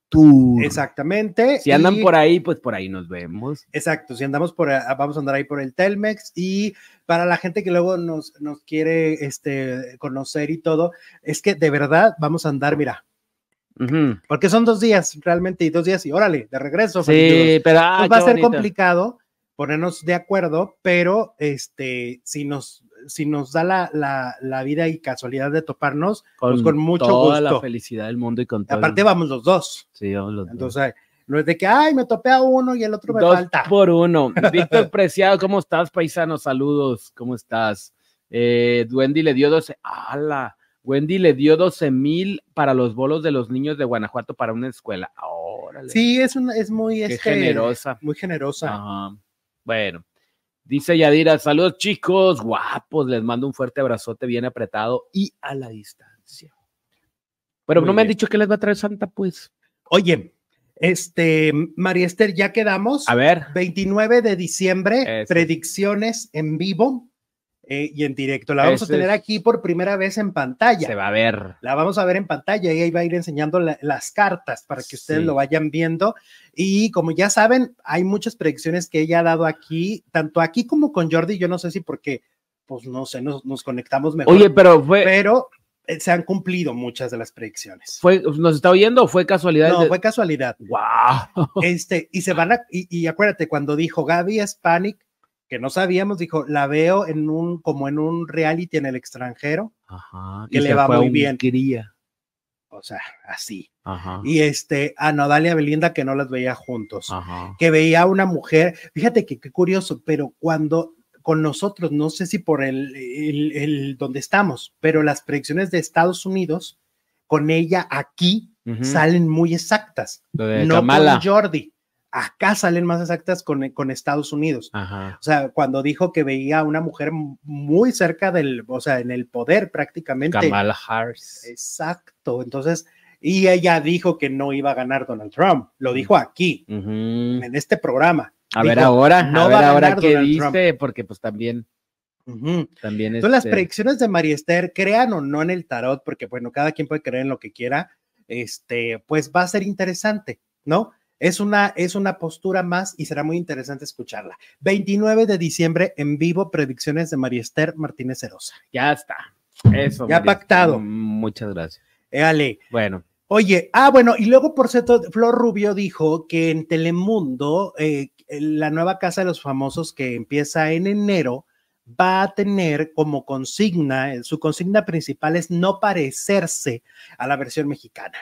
Tour.
exactamente.
Si andan
y-
por ahí, pues por ahí nos vemos.
Exacto, si andamos por, a- vamos a andar ahí por el Telmex y para la gente que luego nos, nos quiere este, conocer y todo, es que de verdad vamos a andar, mira,
Ujú.
Porque son dos días realmente y dos días y órale, de regreso.
Sí, pero ah,
Pues va a
qué
ser
bonito.
complicado ponernos de acuerdo, pero este, si nos, si nos da la, la, la vida y casualidad de toparnos, pues con mucho
toda la
gusto.
felicidad del mundo y con todo. el-
aparte vamos los dos.
Sí, vamos los dos.
Entonces, no es de que, ay, me topé a uno y el otro me
Dos
falta. [LAUGHS]
por uno. Víctor Preciado, ¿cómo estás, paisano? Saludos, ¿cómo estás? Eh, Wendy le dio 12. ¡Hala! Wendy le dio 12 mil para los bolos de los niños de Guanajuato para una escuela. Órale.
Sí, es, un, es muy,
qué Ah.
este,
generosa.
muy generosa.
Ajá. Bueno. Dice Yadira, saludos chicos, guapos, les mando un fuerte abrazote bien apretado y a la distancia. Pero
Muy
no me han
bien.
dicho que les va a traer Santa, pues.
Oye, este, María Esther, ya quedamos.
A ver.
29 de diciembre,
Eso.
predicciones en vivo eh, y en directo. La vamos
Eso
a tener
es.
aquí por primera vez en pantalla.
Se va a ver.
La vamos a ver en pantalla y ahí va a ir enseñando la- las cartas para que ustedes
Sí.
lo vayan viendo. Y como ya saben, hay muchas predicciones que ella ha dado aquí, tanto aquí como con Jordi. Yo no sé si porque, pues no sé, nos, nos conectamos mejor.
Oye, pero fue,
pero eh, se han cumplido muchas de las predicciones.
fue, ¿nos está oyendo o fue casualidad?
No,
de-
fue casualidad.
[LAUGHS] ¡Wow!
Este, y se van a, y, y acuérdate, cuando dijo Gaby Spanik, que no sabíamos, dijo, la veo en un, como en un reality en el extranjero,
Ajá.
Que le va muy bien.
Quería.
o sea, así.
Ajá.
Y este, a Nadalia Belinda, que no las veía juntos,
Ajá.
que veía a una mujer, fíjate que qué curioso, pero cuando con nosotros, no sé si por el, el, el donde estamos, pero las predicciones de Estados Unidos, con ella aquí,
Ujú.
salen muy exactas.
Lo de
no
Kamala.
con Jordi. Acá salen más exactas con, con Estados Unidos.
Ajá.
O sea, cuando dijo que veía a una mujer m- muy cerca del, o sea, en el poder prácticamente.
Kamala Harris.
Exacto. Entonces, y ella dijo que no iba a ganar Donald Trump. Lo dijo aquí,
Ujú.
en este programa.
A ver
Dijo,
ahora,
no
a
va
ver
a
ahora
ganar
qué
Donald
dice, porque pues también,
Ujú.
también
Entonces, las
este,
predicciones de María Esther, crean o no en el tarot, porque bueno, cada quien puede creer en lo que quiera, este, pues va a ser interesante, ¿no? Es una, es una postura más y será muy interesante escucharla. 29 de diciembre en vivo, predicciones de María Esther Martínez Herosa.
ya está. Eso.
Ya
María.
pactado.
Mm, Muchas gracias.
Éale.
Bueno,
Oye, ah, bueno, y luego, por cierto, Flor Rubio dijo que en Telemundo, eh, la nueva Casa de los Famosos que empieza en enero, va a tener como consigna, eh, su consigna principal es no parecerse a la versión mexicana.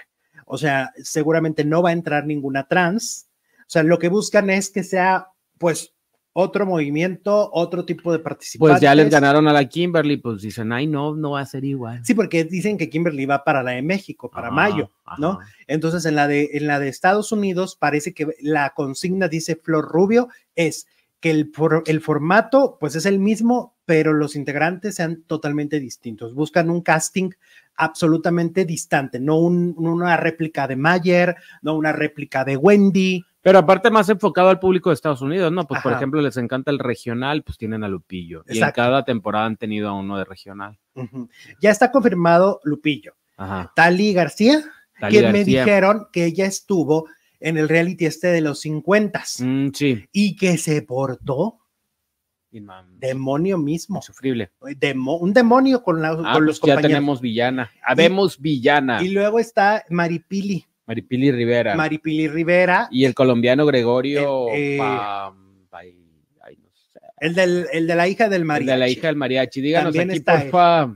O sea, seguramente no va a entrar ninguna trans. O sea, lo que buscan es que sea, pues, otro movimiento, otro tipo de participantes.
pues ya les ganaron a la Kimberly, pues dicen, ay, no, no va a ser igual.
Sí, porque dicen que Kimberly va para la de México, para
Ah,
mayo, ¿no?
ajá.
Entonces, en la, de, en la de Estados Unidos, parece que la consigna, dice Flor Rubio, es que el, for- el formato, pues es el mismo, pero los integrantes sean totalmente distintos. Buscan un casting absolutamente distante, no un- una réplica de Mayer, no una réplica de Wendy.
Pero aparte más enfocado al público de Estados Unidos, ¿no? Pues por
Ajá.
ejemplo les encanta el regional, pues tienen a Lupillo. Y en
Exacto.
cada temporada han tenido a uno de regional.
Ujú. Ya está confirmado Lupillo.
Ajá.
Tali García,
Tali
que me
García.
dijeron que ella estuvo en el reality este de los 50
Mm, sí.
y que se portó demonio mismo.
Insufrible.
demo- un demonio con, la-
Ah,
con
pues
los
ya
compañeros.
tenemos villana. Habemos villana.
Y luego está Maripili,
Maripili Rivera.
Maripili Rivera,
y el colombiano Gregorio.
Eh, eh,
Pam- Pai- ay, no sé.
el, del, el de la hija del
El
mariachi.
de la hija del mariachi. Díganos
También
aquí,
está él.
porfa.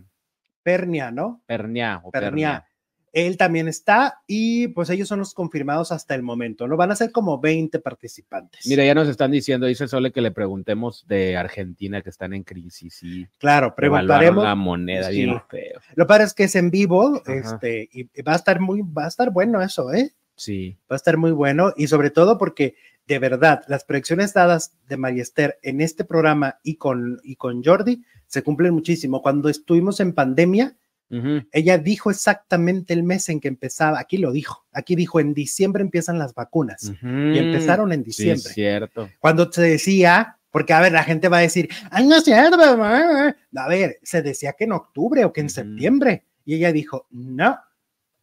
Pernia, ¿no?
Pernia. o
Pernia.
Pernia.
Él también está y pues ellos son los confirmados hasta el momento, ¿no? Van a ser como 20 participantes.
Mira, ya nos están diciendo, dice Sole, que le preguntemos de Argentina que están en crisis. Sí.
claro,
Preguntaremos
preguntaremos.
la moneda
Sí.
bien feo.
Lo padre es que es en vivo,
Ajá.
este, y y va a estar muy, va a estar bueno eso, ¿eh?
Sí.
va a estar muy bueno y sobre todo porque de verdad las proyecciones dadas de María Esther en este programa y con, y con Jordi se cumplen muchísimo. Cuando estuvimos en pandemia,
Ujú.
ella dijo exactamente el mes en que empezaba, aquí lo dijo, aquí dijo, en diciembre empiezan las vacunas y empezaron en
Mm, Sí, es
diciembre.
cierto.
Cuando se decía, porque a ver, la gente va a decir, ay, no es cierto, mamá". a ver, se decía que en octubre o que en
Ujú.
septiembre y ella dijo, no,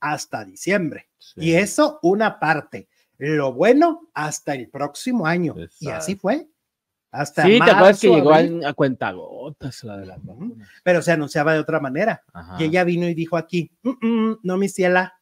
hasta diciembre. Y eso una parte. Lo bueno hasta el próximo año. Y
Exacto.
así fue. Hasta
Sí, te acuerdas que
marzo,
llegó
abril,
a, a cuentagotas la de las vacunas. Ah.
Pero se anunciaba de otra manera.
Ajá.
Y ella vino y dijo aquí, "Mm, mm, no, mi mm, ciela,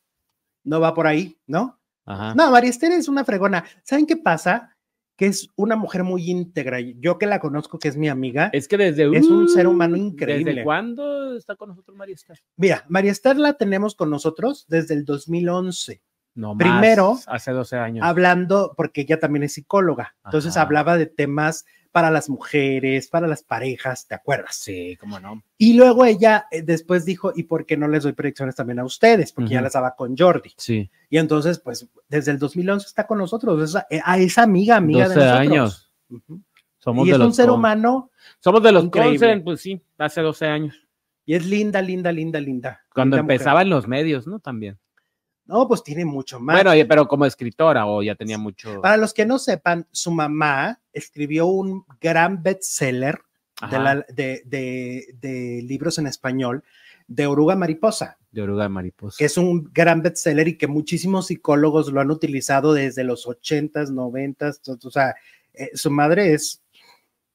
no va por ahí, ¿no?
Ajá.
No, María Esther es una fregona. ¿Saben qué pasa? Que es una mujer muy íntegra. Yo que la conozco, que es mi amiga,
Es que desde
es un
uh,
ser humano increíble.
¿Desde cuándo está con nosotros María Esther?
Mira, María Esther la tenemos con nosotros desde el 2011,
No
Primero-
más, hace 12 años.
hablando, porque ella también es psicóloga. Entonces
Ajá.
hablaba de temas para las mujeres, para las parejas, ¿te acuerdas?
Ah, sí, cómo no.
Y luego ella eh, después dijo, ¿y por qué no les doy predicciones también a ustedes? Porque ya
Ujú.
las daba con Jordi.
Sí.
Y entonces, pues, desde el 2011 está con nosotros, esa- eh, a esa amiga, amiga
12
de nosotros.
años.
Ujú.
Somos
y
de
es
los
un ser
con-
humano
Somos de los
Increíble.
Consen, pues sí, hace 12 años.
y es linda, linda, linda, linda.
Cuando
linda mujer.
empezaba en los medios, ¿no? También.
No, pues tiene mucho más.
Bueno, y- pero como escritora o ya tenía mucho.
Para los que no sepan, su mamá escribió un gran bestseller de,
Ajá,
la- de- de- de libros en español de Oruga Mariposa,
de oruga de mariposa.
que es un gran bestseller y que muchísimos psicólogos lo han utilizado desde los 80s, 90s. to- O sea, eh, su madre es,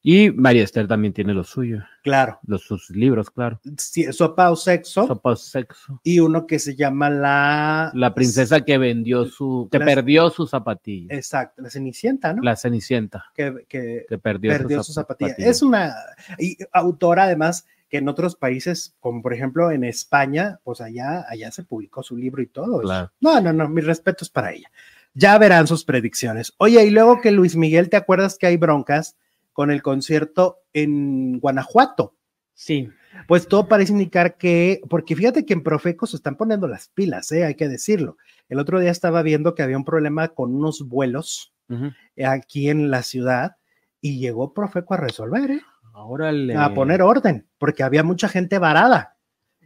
Y María Esther también tiene lo suyo,
claro,
los, sus libros, claro.
si- sopa o sexo.
Sopa o sexo.
y uno que se llama la...
La princesa que vendió su, que
Las-
perdió su zapatilla.
Exacto, la Cenicienta, ¿no?
La cenicienta,
que que
que perdió,
perdió
su
su zapatilla.
zapatilla.
Es una y autora además que en otros países, como por ejemplo en España, pues allá, allá se publicó su libro y todo.
Claro.
No, no, no, mis respetos para ella. Ya verán sus predicciones. Oye, y luego que Luis Miguel, ¿te acuerdas que hay broncas con el concierto en Guanajuato?
Sí,
Pues todo parece indicar que, porque fíjate que en Profeco se están poniendo las pilas, ¿eh? hay que decirlo. El otro día estaba viendo que había un problema con unos vuelos
ujú.
eh, aquí en la ciudad y llegó Profeco a resolver, ¿eh?
Órale.
a poner orden, porque había mucha gente varada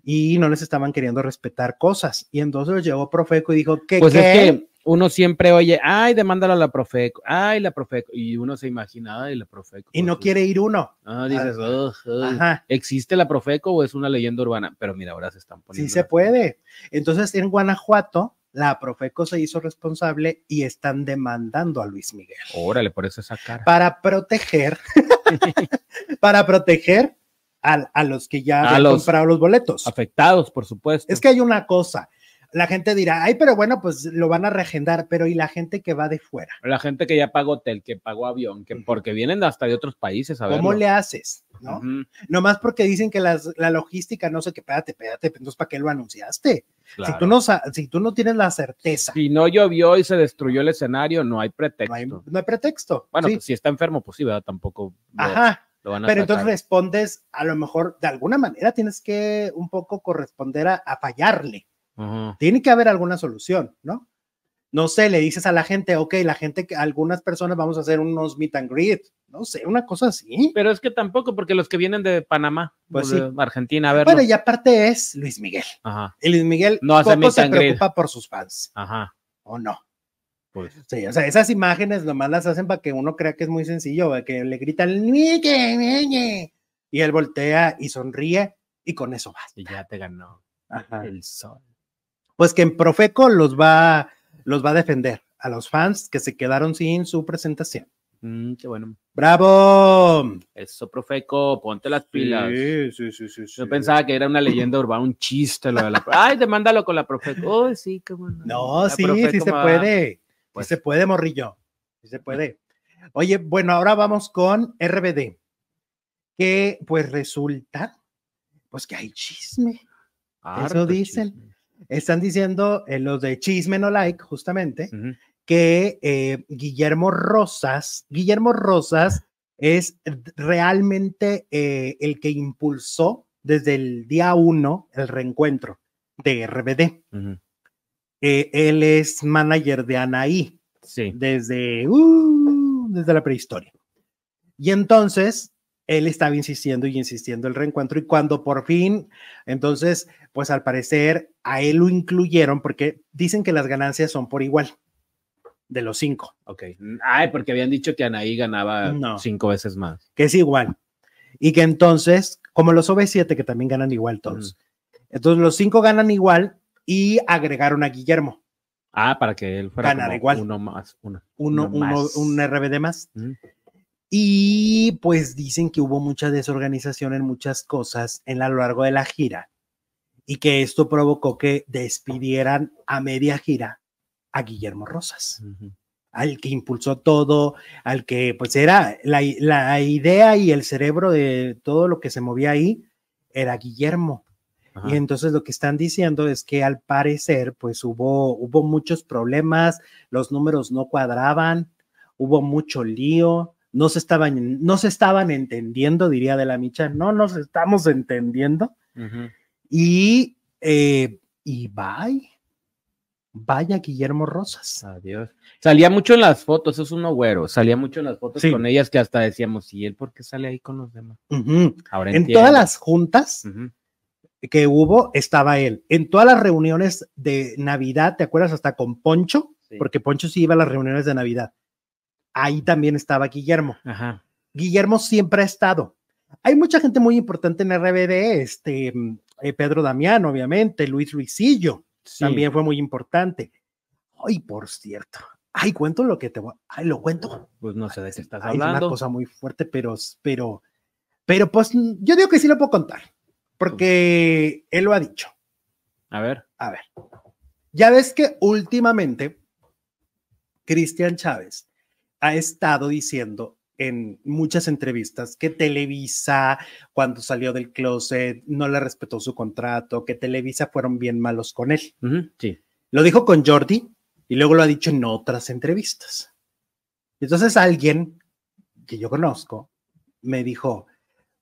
y no les estaban queriendo respetar cosas. Y entonces llegó Profeco y dijo que...
Pues es que uno siempre oye, ay, demándalo a la Profeco, ay, la Profeco, y uno se imagina, ay, la Profeco.
y no
pues,
quiere ir uno.
Ah, dices, "Ugh, ugh".
Ajá,
¿existe la Profeco o es una leyenda urbana? Pero mira, ahora se están poniendo.
sí se
las-
puede. Entonces en Guanajuato, la Profeco se hizo responsable y están demandando a Luis Miguel.
Órale, por eso esa cara.
para
[LAUGHS]
proteger, [LAUGHS] para proteger al- a, los que ya
A
habían
los-
comprado los boletos.
Afectados, por supuesto.
Es que hay una cosa, la gente dirá, ay, pero bueno, pues lo van a regendar, pero ¿y la gente que va de fuera?
La gente que ya pagó hotel, que pagó avión, que
Ujú.
porque vienen hasta de otros países a
¿Cómo
verlo.
le haces? ¿No?
Ujú,
Nomás porque dicen que las- la logística, no sé qué, espérate, espérate, pues entonces ¿para qué lo anunciaste? Si,
claro.
tú no, sa- si tú no tienes la certeza,
Si no llovió y se destruyó el escenario, no hay pretexto.
no hay, no hay pretexto.
Bueno,
sí.
pues, si está enfermo, pues sí, ¿verdad? Tampoco lo,
Ajá.
lo van a
Pero entonces
atacar.
respondes, a lo mejor de alguna manera tienes que un poco corresponder a, a fallarle.
Ujú.
Tiene que haber alguna solución, ¿no? No sé, le dices a la gente, ok, la gente, que algunas personas vamos a hacer unos meet and greet, no sé, una cosa así.
Pero es que tampoco, porque los que vienen de Panamá,
Pues
o de Argentina, a verlo.
Bueno, y aparte es Luis Miguel.
Ajá,
Y Luis Miguel
No hace
poco
meet
se
and greet.
preocupa por sus fans,
ajá.
¿o no?
Pues
Sí, o sea, esas imágenes nomás las hacen para que uno crea que es muy sencillo, para que le gritan, "Nique, niñe", y él voltea y sonríe, y con eso basta.
y ya te ganó
Ajá.
el sol.
pues que en Profeco los va, los va a defender a los fans que se quedaron sin su presentación.
Mm, qué bueno.
¡Bravo!
Eso, Profeco, ponte las pilas.
Sí, sí, sí, sí, sí.
Yo pensaba que era una leyenda urbana, un chiste lo de la. Ay, demándalo con la Profeco. Oh, sí, qué bueno.
No,
La
sí,
Profeco
sí se
me va-
puede.
Pues.
Sí se puede, morrillo. Sí se puede. Oye, bueno, ahora vamos con RBD. Que pues resulta, pues que hay chisme.
Harto
dicen.
chisme.
Están diciendo eh, los de Chisme No Like, justamente,
Ujú.
que eh, Guillermo Rosas, Guillermo Rosas es realmente eh, el que impulsó desde el día uno el reencuentro de RBD.
Ujú.
Eh, él es manager de Anaí
Sí.
desde, uh, desde la prehistoria. Y entonces él estaba insistiendo y insistiendo el reencuentro y cuando por fin, entonces, pues al parecer a él lo incluyeron porque dicen que las ganancias son por igual de los cinco.
Ok. Ay, porque habían dicho que Anaí ganaba
No.
cinco veces más.
que es igual. Y que entonces, como los OV7, que también ganan igual todos. Entonces, los cinco ganan igual y agregaron a Guillermo,
Ah, para que él fuera
Ganara
como
igual.
uno más, uno.
uno,
Uno
uno-
más.
un RBD más.
Mm.
Y pues dicen que hubo mucha desorganización en muchas cosas en a lo largo de la gira y que esto provocó que despidieran a media gira a Guillermo Rosas, al que impulsó todo, al que pues era la, la idea y el cerebro de todo lo que se movía ahí, era Guillermo.
Ajá.
Y entonces lo que están diciendo es que al parecer, pues hubo, hubo muchos problemas, los números no cuadraban, hubo mucho lío, no se estaban, no se estaban entendiendo, diría de la micha, no nos estamos entendiendo.
Ujú.
Y, eh, y bye, vaya Guillermo Rosas.
Adiós. Salía mucho en las fotos, es un güero. Salía mucho en las fotos
Sí.
con ellas que hasta decíamos, ¿y él por qué sale ahí con los demás?
Ujú.
Ahora
En
entiendo.
todas las juntas
Ujú.
que hubo estaba él, en todas las reuniones de Navidad, ¿te acuerdas? Hasta con Poncho.
Sí.
porque Poncho sí iba a las reuniones de Navidad. Ahí también estaba Guillermo.
Ajá.
Guillermo siempre ha estado. Hay mucha gente muy importante en RBD, este mm, eh, Pedro Damián, obviamente, Luis Luisillo,
Sí.
también fue muy importante. Ay, por cierto. Ay, cuento lo que te voy. Ay, lo cuento.
Pues no sé de qué estás
Ay, es una
hablando.
cosa muy fuerte, pero pero pero pues mm, yo digo que sí lo puedo contar, porque él lo ha dicho.
A ver.
A ver, ya ves que últimamente Cristian Chávez ha estado diciendo en muchas entrevistas que Televisa, cuando salió del closet, no le respetó su contrato, que Televisa fueron bien malos con él.
Ujú, Sí.
Lo dijo con Jordi y luego lo ha dicho en otras entrevistas. Entonces alguien que yo conozco me dijo,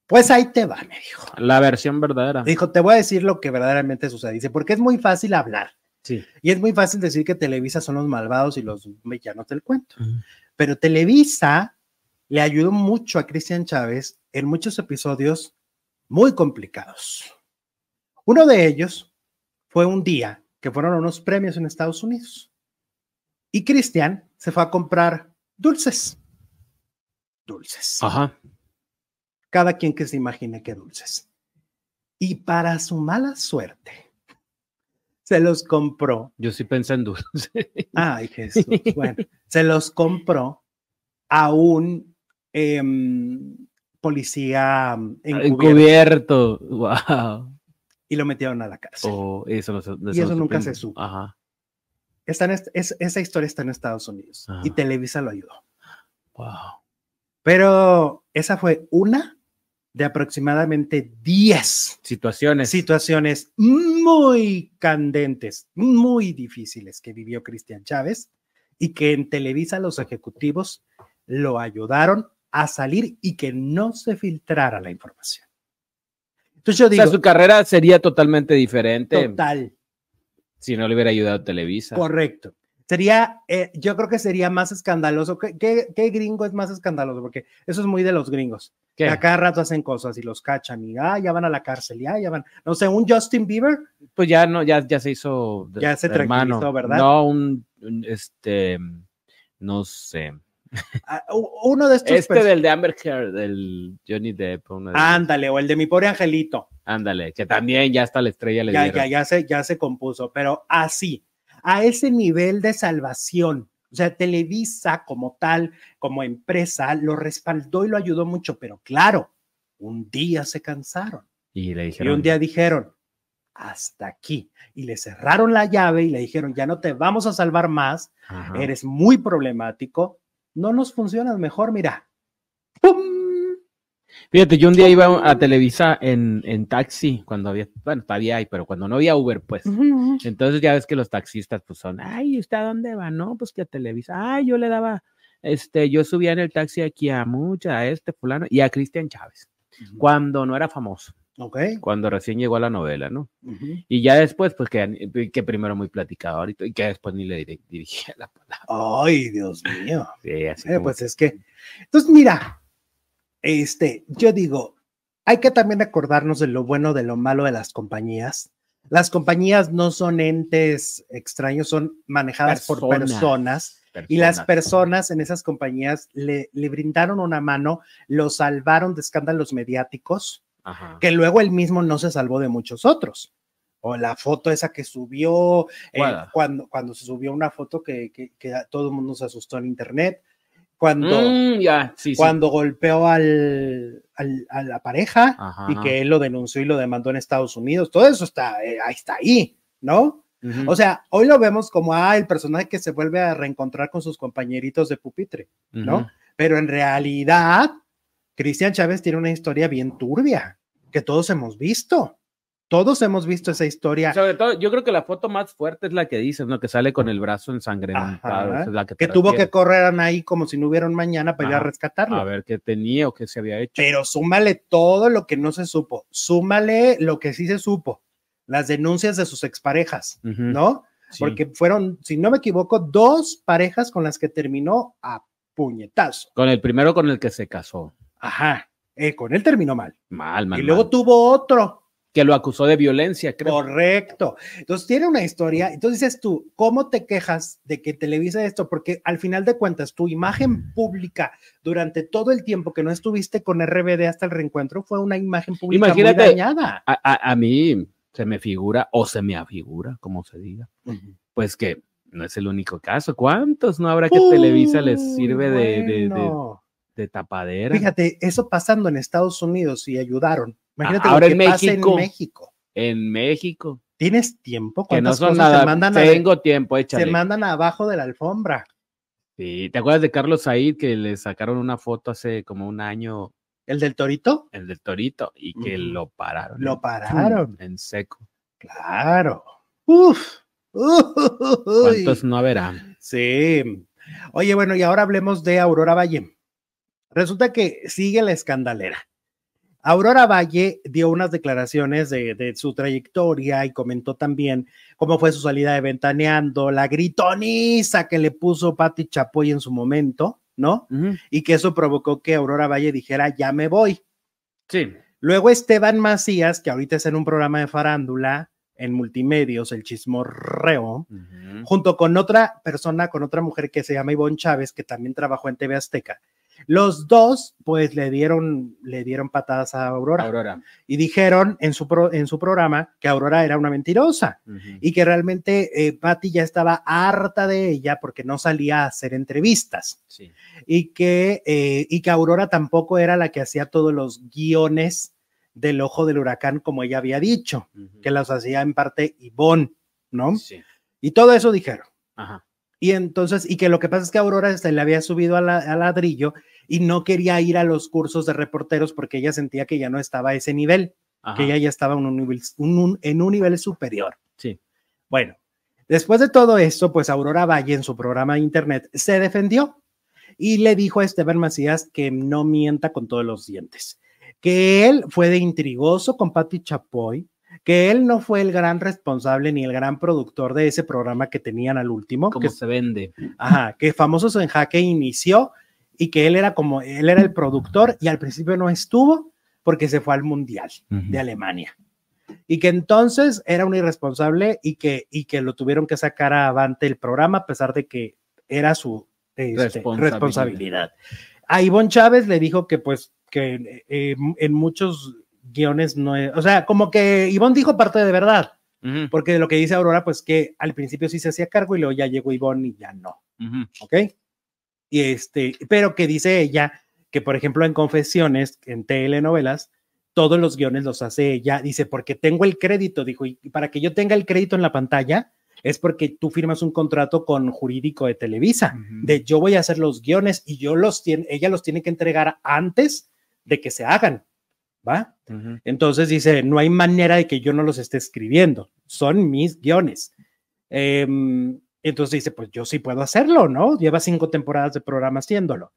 pues ahí te va, me dijo.
La versión verdadera.
Dijo, te voy a decir lo que verdaderamente sucede. Dice, porque es muy fácil hablar.
Sí.
Y es muy fácil decir que Televisa son los malvados y los villanos del cuento. Pero Televisa le ayudó mucho a Cristian Chávez en muchos episodios muy complicados. Uno de ellos fue un día que fueron a unos premios en Estados Unidos. Y Cristian se fue a comprar dulces. Dulces
Ajá.
cada quien que se imagine qué dulces. Y para su mala suerte, se los compró.
Yo sí pensé en dulce. [LAUGHS]
Ay, Jesús. Bueno, se los compró a un em, policía em, encubierto
Encubierto. Wow.
y lo metieron a la cárcel.
Oh, eso no se- no
Y
se
eso
lo
nunca
supimos.
se supo.
Ajá.
Está en est- es- esa historia está en Estados Unidos y
Ajá.
Televisa lo ayudó.
Wow.
Pero esa fue una de aproximadamente 10
Situaciones.
situaciones muy candentes, muy difíciles que vivió Cristian Chávez y que en Televisa los ejecutivos lo ayudaron a salir y que no se filtrara la información. Entonces yo
O sea,
digo,
su carrera sería totalmente diferente
total,
si no le hubiera ayudado Televisa.
correcto. Sería, eh, yo creo que sería más escandaloso. ¿Qué, qué, qué gringo es más escandaloso? Porque eso es muy de los gringos.
¿Qué?
Que a cada rato hacen cosas y los cachan y ah, ya van a la cárcel, ya, ya van. No sé, un Justin Bieber
Pues ya no, ya, ya se hizo. de-
Ya se
de hermano.
tranquilizó, ¿verdad?
No, un, un, este, no sé.
Ah, u- uno de estos
Este
pers- Ah,
del de Amber Heard, del Johnny Depp, uno de-
Ándale, o el de mi pobre angelito.
ándale, que también ya hasta la estrella le
Ya,
dieron.
ya, ya se, ya se compuso, pero así, a ese nivel de salvación. O sea, Televisa como tal, como empresa, lo respaldó y lo ayudó mucho, pero claro, un día se cansaron
Y le
y
dijeron,
un día dijeron, hasta aquí. Y le cerraron la llave y le dijeron, ya no te vamos a salvar más,
ajá,
eres muy problemático, no nos funcionas mejor, mira. ¡Pum!
Fíjate, yo un
Oh.
día iba a Televisa en, en taxi, cuando había, bueno, todavía hay, pero cuando no había Uber, pues. Entonces ya ves que los taxistas pues son, ay, ¿y ¿usted a dónde va? No, pues que a Televisa. Ay, yo le daba, este, yo subía en el taxi aquí a mucha, a este fulano y a Cristian Chávez, cuando no era famoso,
Ok.
cuando recién llegó a la novela, ¿no?
ujú.
Y ya después, pues que, que primero muy platicador y, to- y que después ni le dir- dirigía la palabra.
Ay, Dios mío.
Sí, así
Eh,
como-
pues es que. Entonces, mira, este, yo digo, hay que también acordarnos de lo bueno, de lo malo de las compañías. Las compañías no son entes extraños, son manejadas por
Personas.
personas. Y las
personas.
personas en esas compañías le, le brindaron una mano, lo salvaron de escándalos mediáticos,
Ajá.
que luego él mismo no se salvó de muchos otros. O la foto esa que subió, eh,
¿Cuál?
cuando, cuando se subió una foto que, que- que a todo el mundo se asustó en internet. cuando,
Mm, ya, sí, sí.
cuando golpeó al, al- a la pareja
Ajá.
y que él lo denunció y lo demandó en Estados Unidos. Todo eso está, eh, ahí está ahí, ¿no?
Ujú.
O sea, hoy lo vemos como, ah, el personaje que se vuelve a reencontrar con sus compañeritos de pupitre,
Ujú.
¿no? Pero en realidad, Cristian Chávez tiene una historia bien turbia, que todos hemos visto. Todos hemos visto esa historia
Sobre todo, yo creo que la foto más fuerte es la que dices, ¿no? Que sale con el brazo ensangrentado.
Ajá.
esa es la que te
que tuvo que
refieres.
correr ahí como si no hubiera un mañana para ir a
Ajá.
rescatarlo.
A ver qué tenía o qué se había hecho.
Pero súmale todo lo que no se supo, súmale lo que sí se supo, las denuncias de sus exparejas,
Ujú,
¿no?
Mm, sí.
Porque fueron, si no me equivoco, dos parejas con las que terminó a puñetazo.
Con el primero con el que se casó.
Ajá. Eh, con él terminó mal.
Mal, mal.
y luego
mal.
tuvo otro.
Que lo acusó de violencia, creo.
Correcto. Entonces tiene una historia. Entonces dices tú, ¿cómo te quejas de que Televisa esto? Porque al final de cuentas, tu imagen pública durante todo el tiempo que no estuviste con RBD hasta el reencuentro fue una imagen pública
Imagínate.
muy dañada.
A, a- a mí se me figura, o se me afigura, como se diga. Pues que no es el único caso. ¿Cuántos no habrá que Televisa les sirve de, de- de-
Bueno.
de tapadera?
Fíjate, eso pasando en Estados Unidos y ayudaron. Imagínate
Ahora
lo
en
que pasa
México.
en México.
En México,
¿Tienes tiempo?
que no
¿Cuántas
son
cosas
nada.
se mandan, a-
Tengo tiempo, échale.
se mandan abajo de la alfombra?
Sí, ¿Te acuerdas de Carlos Said que le sacaron una foto hace como un año,
¿El del torito?
el del Torito, y que
Ujú.
lo pararon?
Lo
en-
pararon.
En seco.
Claro. Uf. [LAUGHS] Uy.
¿Cuántos no habrá?
Sí. Oye, bueno, y ahora hablemos de Aurora Valle. Resulta que sigue la escandalera. Aurora Valle dio unas declaraciones de, de su trayectoria y comentó también cómo fue su salida de Ventaneando, la gritoniza que le puso Patti Chapoy en su momento, ¿no? Y que eso provocó que Aurora Valle dijera, ya me voy.
Sí.
Luego Esteban Macías, que ahorita está en un programa de farándula en multimedios, el chismorreo,
Ujú.
junto con otra persona, con otra mujer que se llama Ivonne Chávez, que también trabajó en TV Azteca. Los dos, pues, le dieron, le dieron patadas a Aurora
Aurora.
y dijeron en su, pro- en su programa que Aurora era una mentirosa
Ujú.
y que realmente eh, Patty ya estaba harta de ella porque no salía a hacer entrevistas
Sí.
y que, eh, y que Aurora tampoco era la que hacía todos los guiones del ojo del huracán, como ella había dicho,
Ujú.
que los hacía en parte Ivonne, ¿no?
Sí.
Y todo eso dijeron.
Ajá.
Y entonces, y que lo que pasa es que Aurora se le había subido a la- al ladrillo y no quería ir a los cursos de reporteros porque ella sentía que ya no estaba a ese nivel,
Ajá.
que ella ya estaba en un nivel, un- un- en un nivel superior.
Sí.
Bueno, después de todo esto, pues Aurora Valle en su programa de internet se defendió y le dijo a Esteban Macías que no mienta con todos los dientes, que él fue de intrigoso con Patti Chapoy, que él no fue el gran responsable ni el gran productor de ese programa que tenían al último,
¿Cómo
que,
se vende?
ajá, que Famosos en Jaque inició y que él era como, él era el productor y al principio no estuvo porque se fue al Mundial de Alemania. Y que entonces era un irresponsable y que, y que lo tuvieron que sacar avante el programa a pesar de que era su este,
Responsabilidad.
responsabilidad. A Ivonne Chávez le dijo que pues que eh, en muchos guiones no es, o sea, como que Ivonne dijo parte de verdad,
Ujú.
porque de lo que dice Aurora pues que al principio sí se hacía cargo y luego ya llegó Ivonne y ya no.
Ujú.
¿ok? Y este, pero que dice ella que, por ejemplo, en confesiones, en telenovelas, todos los guiones los hace ella, dice, porque tengo el crédito, dijo, y para que yo tenga el crédito en la pantalla es porque tú firmas un contrato con jurídico de Televisa,
Ujú.
de yo voy a hacer los guiones y yo los tiene, ella los tiene que entregar antes de que se hagan, ¿va?
Ujú.
Entonces dice, no hay manera de que yo no los esté escribiendo, son mis guiones. Em, entonces dice, pues yo sí puedo hacerlo, ¿no? Lleva cinco temporadas de programa haciéndolo.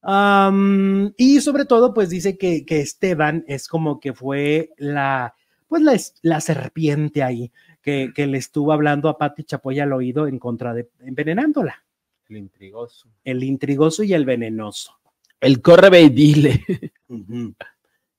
Am, y sobre todo, pues dice que, que Esteban es como que fue la, pues la, es- la serpiente ahí, que, que le estuvo hablando a Patti Chapoy al oído en contra de, envenenándola,
El intrigoso.
el intrigoso y el venenoso.
El corre ve y dile.
Ujú.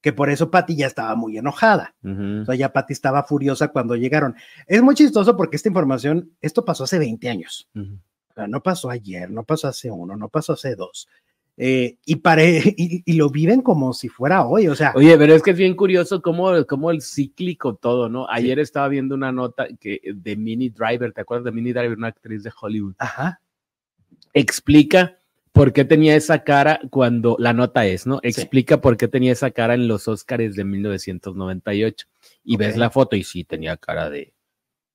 Que por eso Patti ya estaba muy enojada. O sea, ya pues, Patti estaba furiosa cuando llegaron. Es muy chistoso porque esta información, esto pasó hace 20 años.
Ujú.
O sea, no pasó ayer, no pasó hace uno, no pasó hace dos. Eh, y, pare- [LAUGHS] y, y lo viven como si fuera hoy. O sea,
Oye, pero es que es bien curioso cómo, cómo el cíclico todo, ¿no? Ayer estaba viendo una nota que, de Mini Driver, ¿te acuerdas de Mini Driver, una actriz de Hollywood?
ajá,
Explica por qué tenía esa cara cuando la nota es, ¿no? Explica por qué tenía esa cara en los Óscares de 1998. Y
Ok.
ves la foto y sí tenía cara de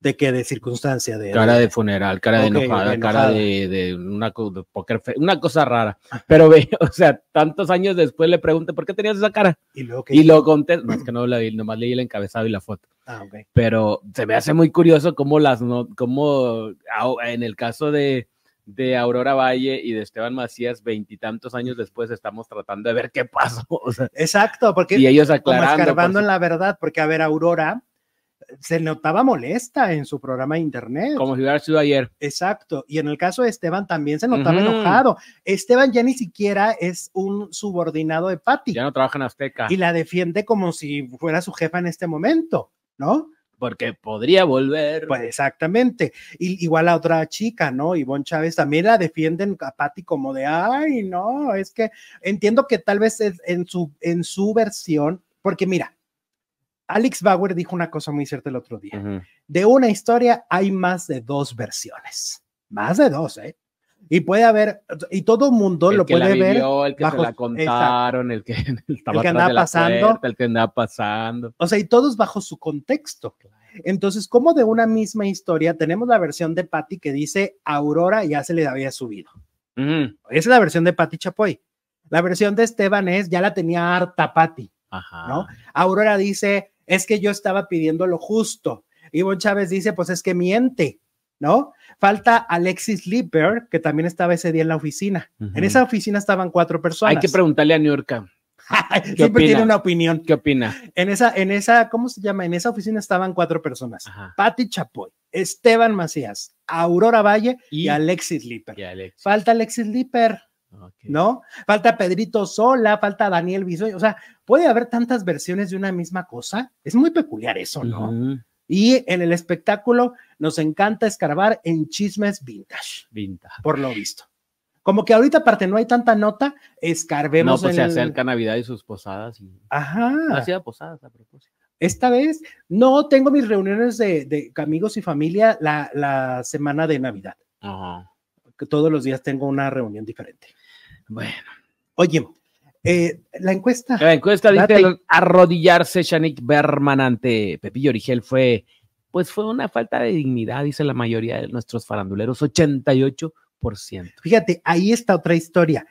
¿De qué? De circunstancia. De,
cara de funeral, cara de
Eh, Ok,
enojada,
de
cara
enojada.
de, de una co- de poker face, una cosa rara. Pero ve, [LAUGHS] o sea, tantos años después le pregunté por qué tenías esa cara
Y luego que...
y lo conté, más que no la vi, nomás leí el encabezado y la foto.
Ah, ok.
Pero se me hace muy curioso cómo las no, cómo au- en el caso de de Aurora Valle y de Esteban Macías, veintitantos años después estamos tratando de ver qué pasó. [LAUGHS] o sea,
Exacto, porque
y ellos
como
aclarando. pues,
escarbando
por
en la verdad, porque a ver, Aurora eh, se notaba molesta en su programa de internet.
su- Como si hubiera sido ayer.
Exacto. Y en el caso de Esteban también se notaba
Ujú.
enojado. Esteban ya ni siquiera es un subordinado de Patty
Ya no trabajan Azteca.
y la defiende como si fuera su jefa en este momento, ¿no?
Porque podría volver.
Pues exactamente. Y igual la otra chica, ¿no? Ivonne Chávez también la defienden a Patty como de, ay, no, es que entiendo que tal vez es en su, en su versión, porque mira, Alex Bauer dijo una cosa muy cierta el otro día.
Ujú.
De una historia hay más de dos versiones, más de dos, ¿eh? Y puede haber, y todo mundo
el
lo
que la
puede ver.
vivió, el que
bajo-
se la contaron, el que [LAUGHS] estaba
El que
atrás
andaba
de la
pasando.
puerta, el que andaba pasando.
O sea, y todos bajo su contexto. Entonces, como de una misma historia, tenemos la versión de Patty que dice Aurora ya se le había subido.
Ujú.
Esa es la versión de Patty Chapoy. La versión de Esteban es ya la tenía harta Patty.
Ajá.
¿no? Aurora dice es que yo estaba pidiendo lo justo. Ivonne Chávez dice pues es que miente, ¿no? Falta Alexis Lieber que también estaba ese día en la oficina.
Ujú.
En esa oficina estaban cuatro personas.
Hay que preguntarle a Niurka,
[LAUGHS] Siempre
opina?
tiene una opinión.
¿qué opina?
En esa, en esa, ¿cómo se llama? En esa oficina estaban cuatro personas.
Ajá.
Patti Chapoy, Esteban Macías, Aurora Valle y,
Y-
Alexis Lipper.
Y Alex.
Falta Alexis Lipper,
Ok.
¿no? Falta Pedrito Sola, falta Daniel Bisoy. O sea, puede haber tantas versiones de una misma cosa. Es muy peculiar eso, ¿no?
Ujú.
Y en el espectáculo nos encanta escarbar en chismes vintage,
Vinta.
por lo visto. Como que ahorita, aparte, no hay tanta nota, escarbemos
No,
en
pues se
el- Ah.
acerca Navidad y sus posadas. Y...
Ajá.
No hacía posadas a propósito.
Esta vez no tengo mis reuniones de, de amigos y familia la, la semana de Navidad.
Ajá.
que Todos los días tengo una reunión diferente.
Bueno,
Oye, eh, la encuesta.
la encuesta dice
[LAUGHS] Date.
al arrodillarse Shanik Berman ante Pepillo Origel fue, pues fue una falta de dignidad, dice la mayoría de nuestros faranduleros, 88%.
Fíjate, ahí está otra historia.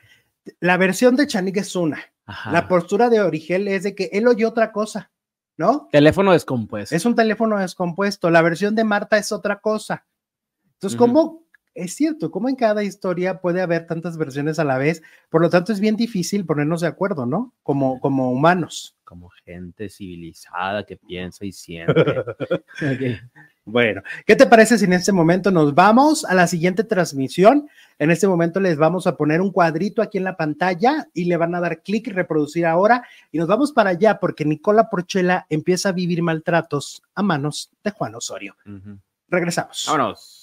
La versión de Chanik es una.
Ajá.
La postura de Origel es de que él oyó otra cosa, ¿no?
Teléfono descompuesto.
Es un teléfono descompuesto. La versión de Marta es otra cosa. Entonces,
Ujú.
¿cómo? Es cierto, ¿cómo en cada historia puede haber tantas versiones a la vez? Por lo tanto, es bien difícil ponernos de acuerdo, ¿no? Como, como humanos.
Como gente civilizada que piensa y
[LAUGHS]
siente. Ok.
Bueno, ¿qué te parece si en este momento nos vamos a la siguiente transmisión? En este momento les vamos a poner un cuadrito aquí en la pantalla y le van a dar clic, reproducir ahora y nos vamos para allá porque Nicola Porchela empieza a vivir maltratos a manos de Juan Osorio.
Ujú.
Regresamos.
Vámonos.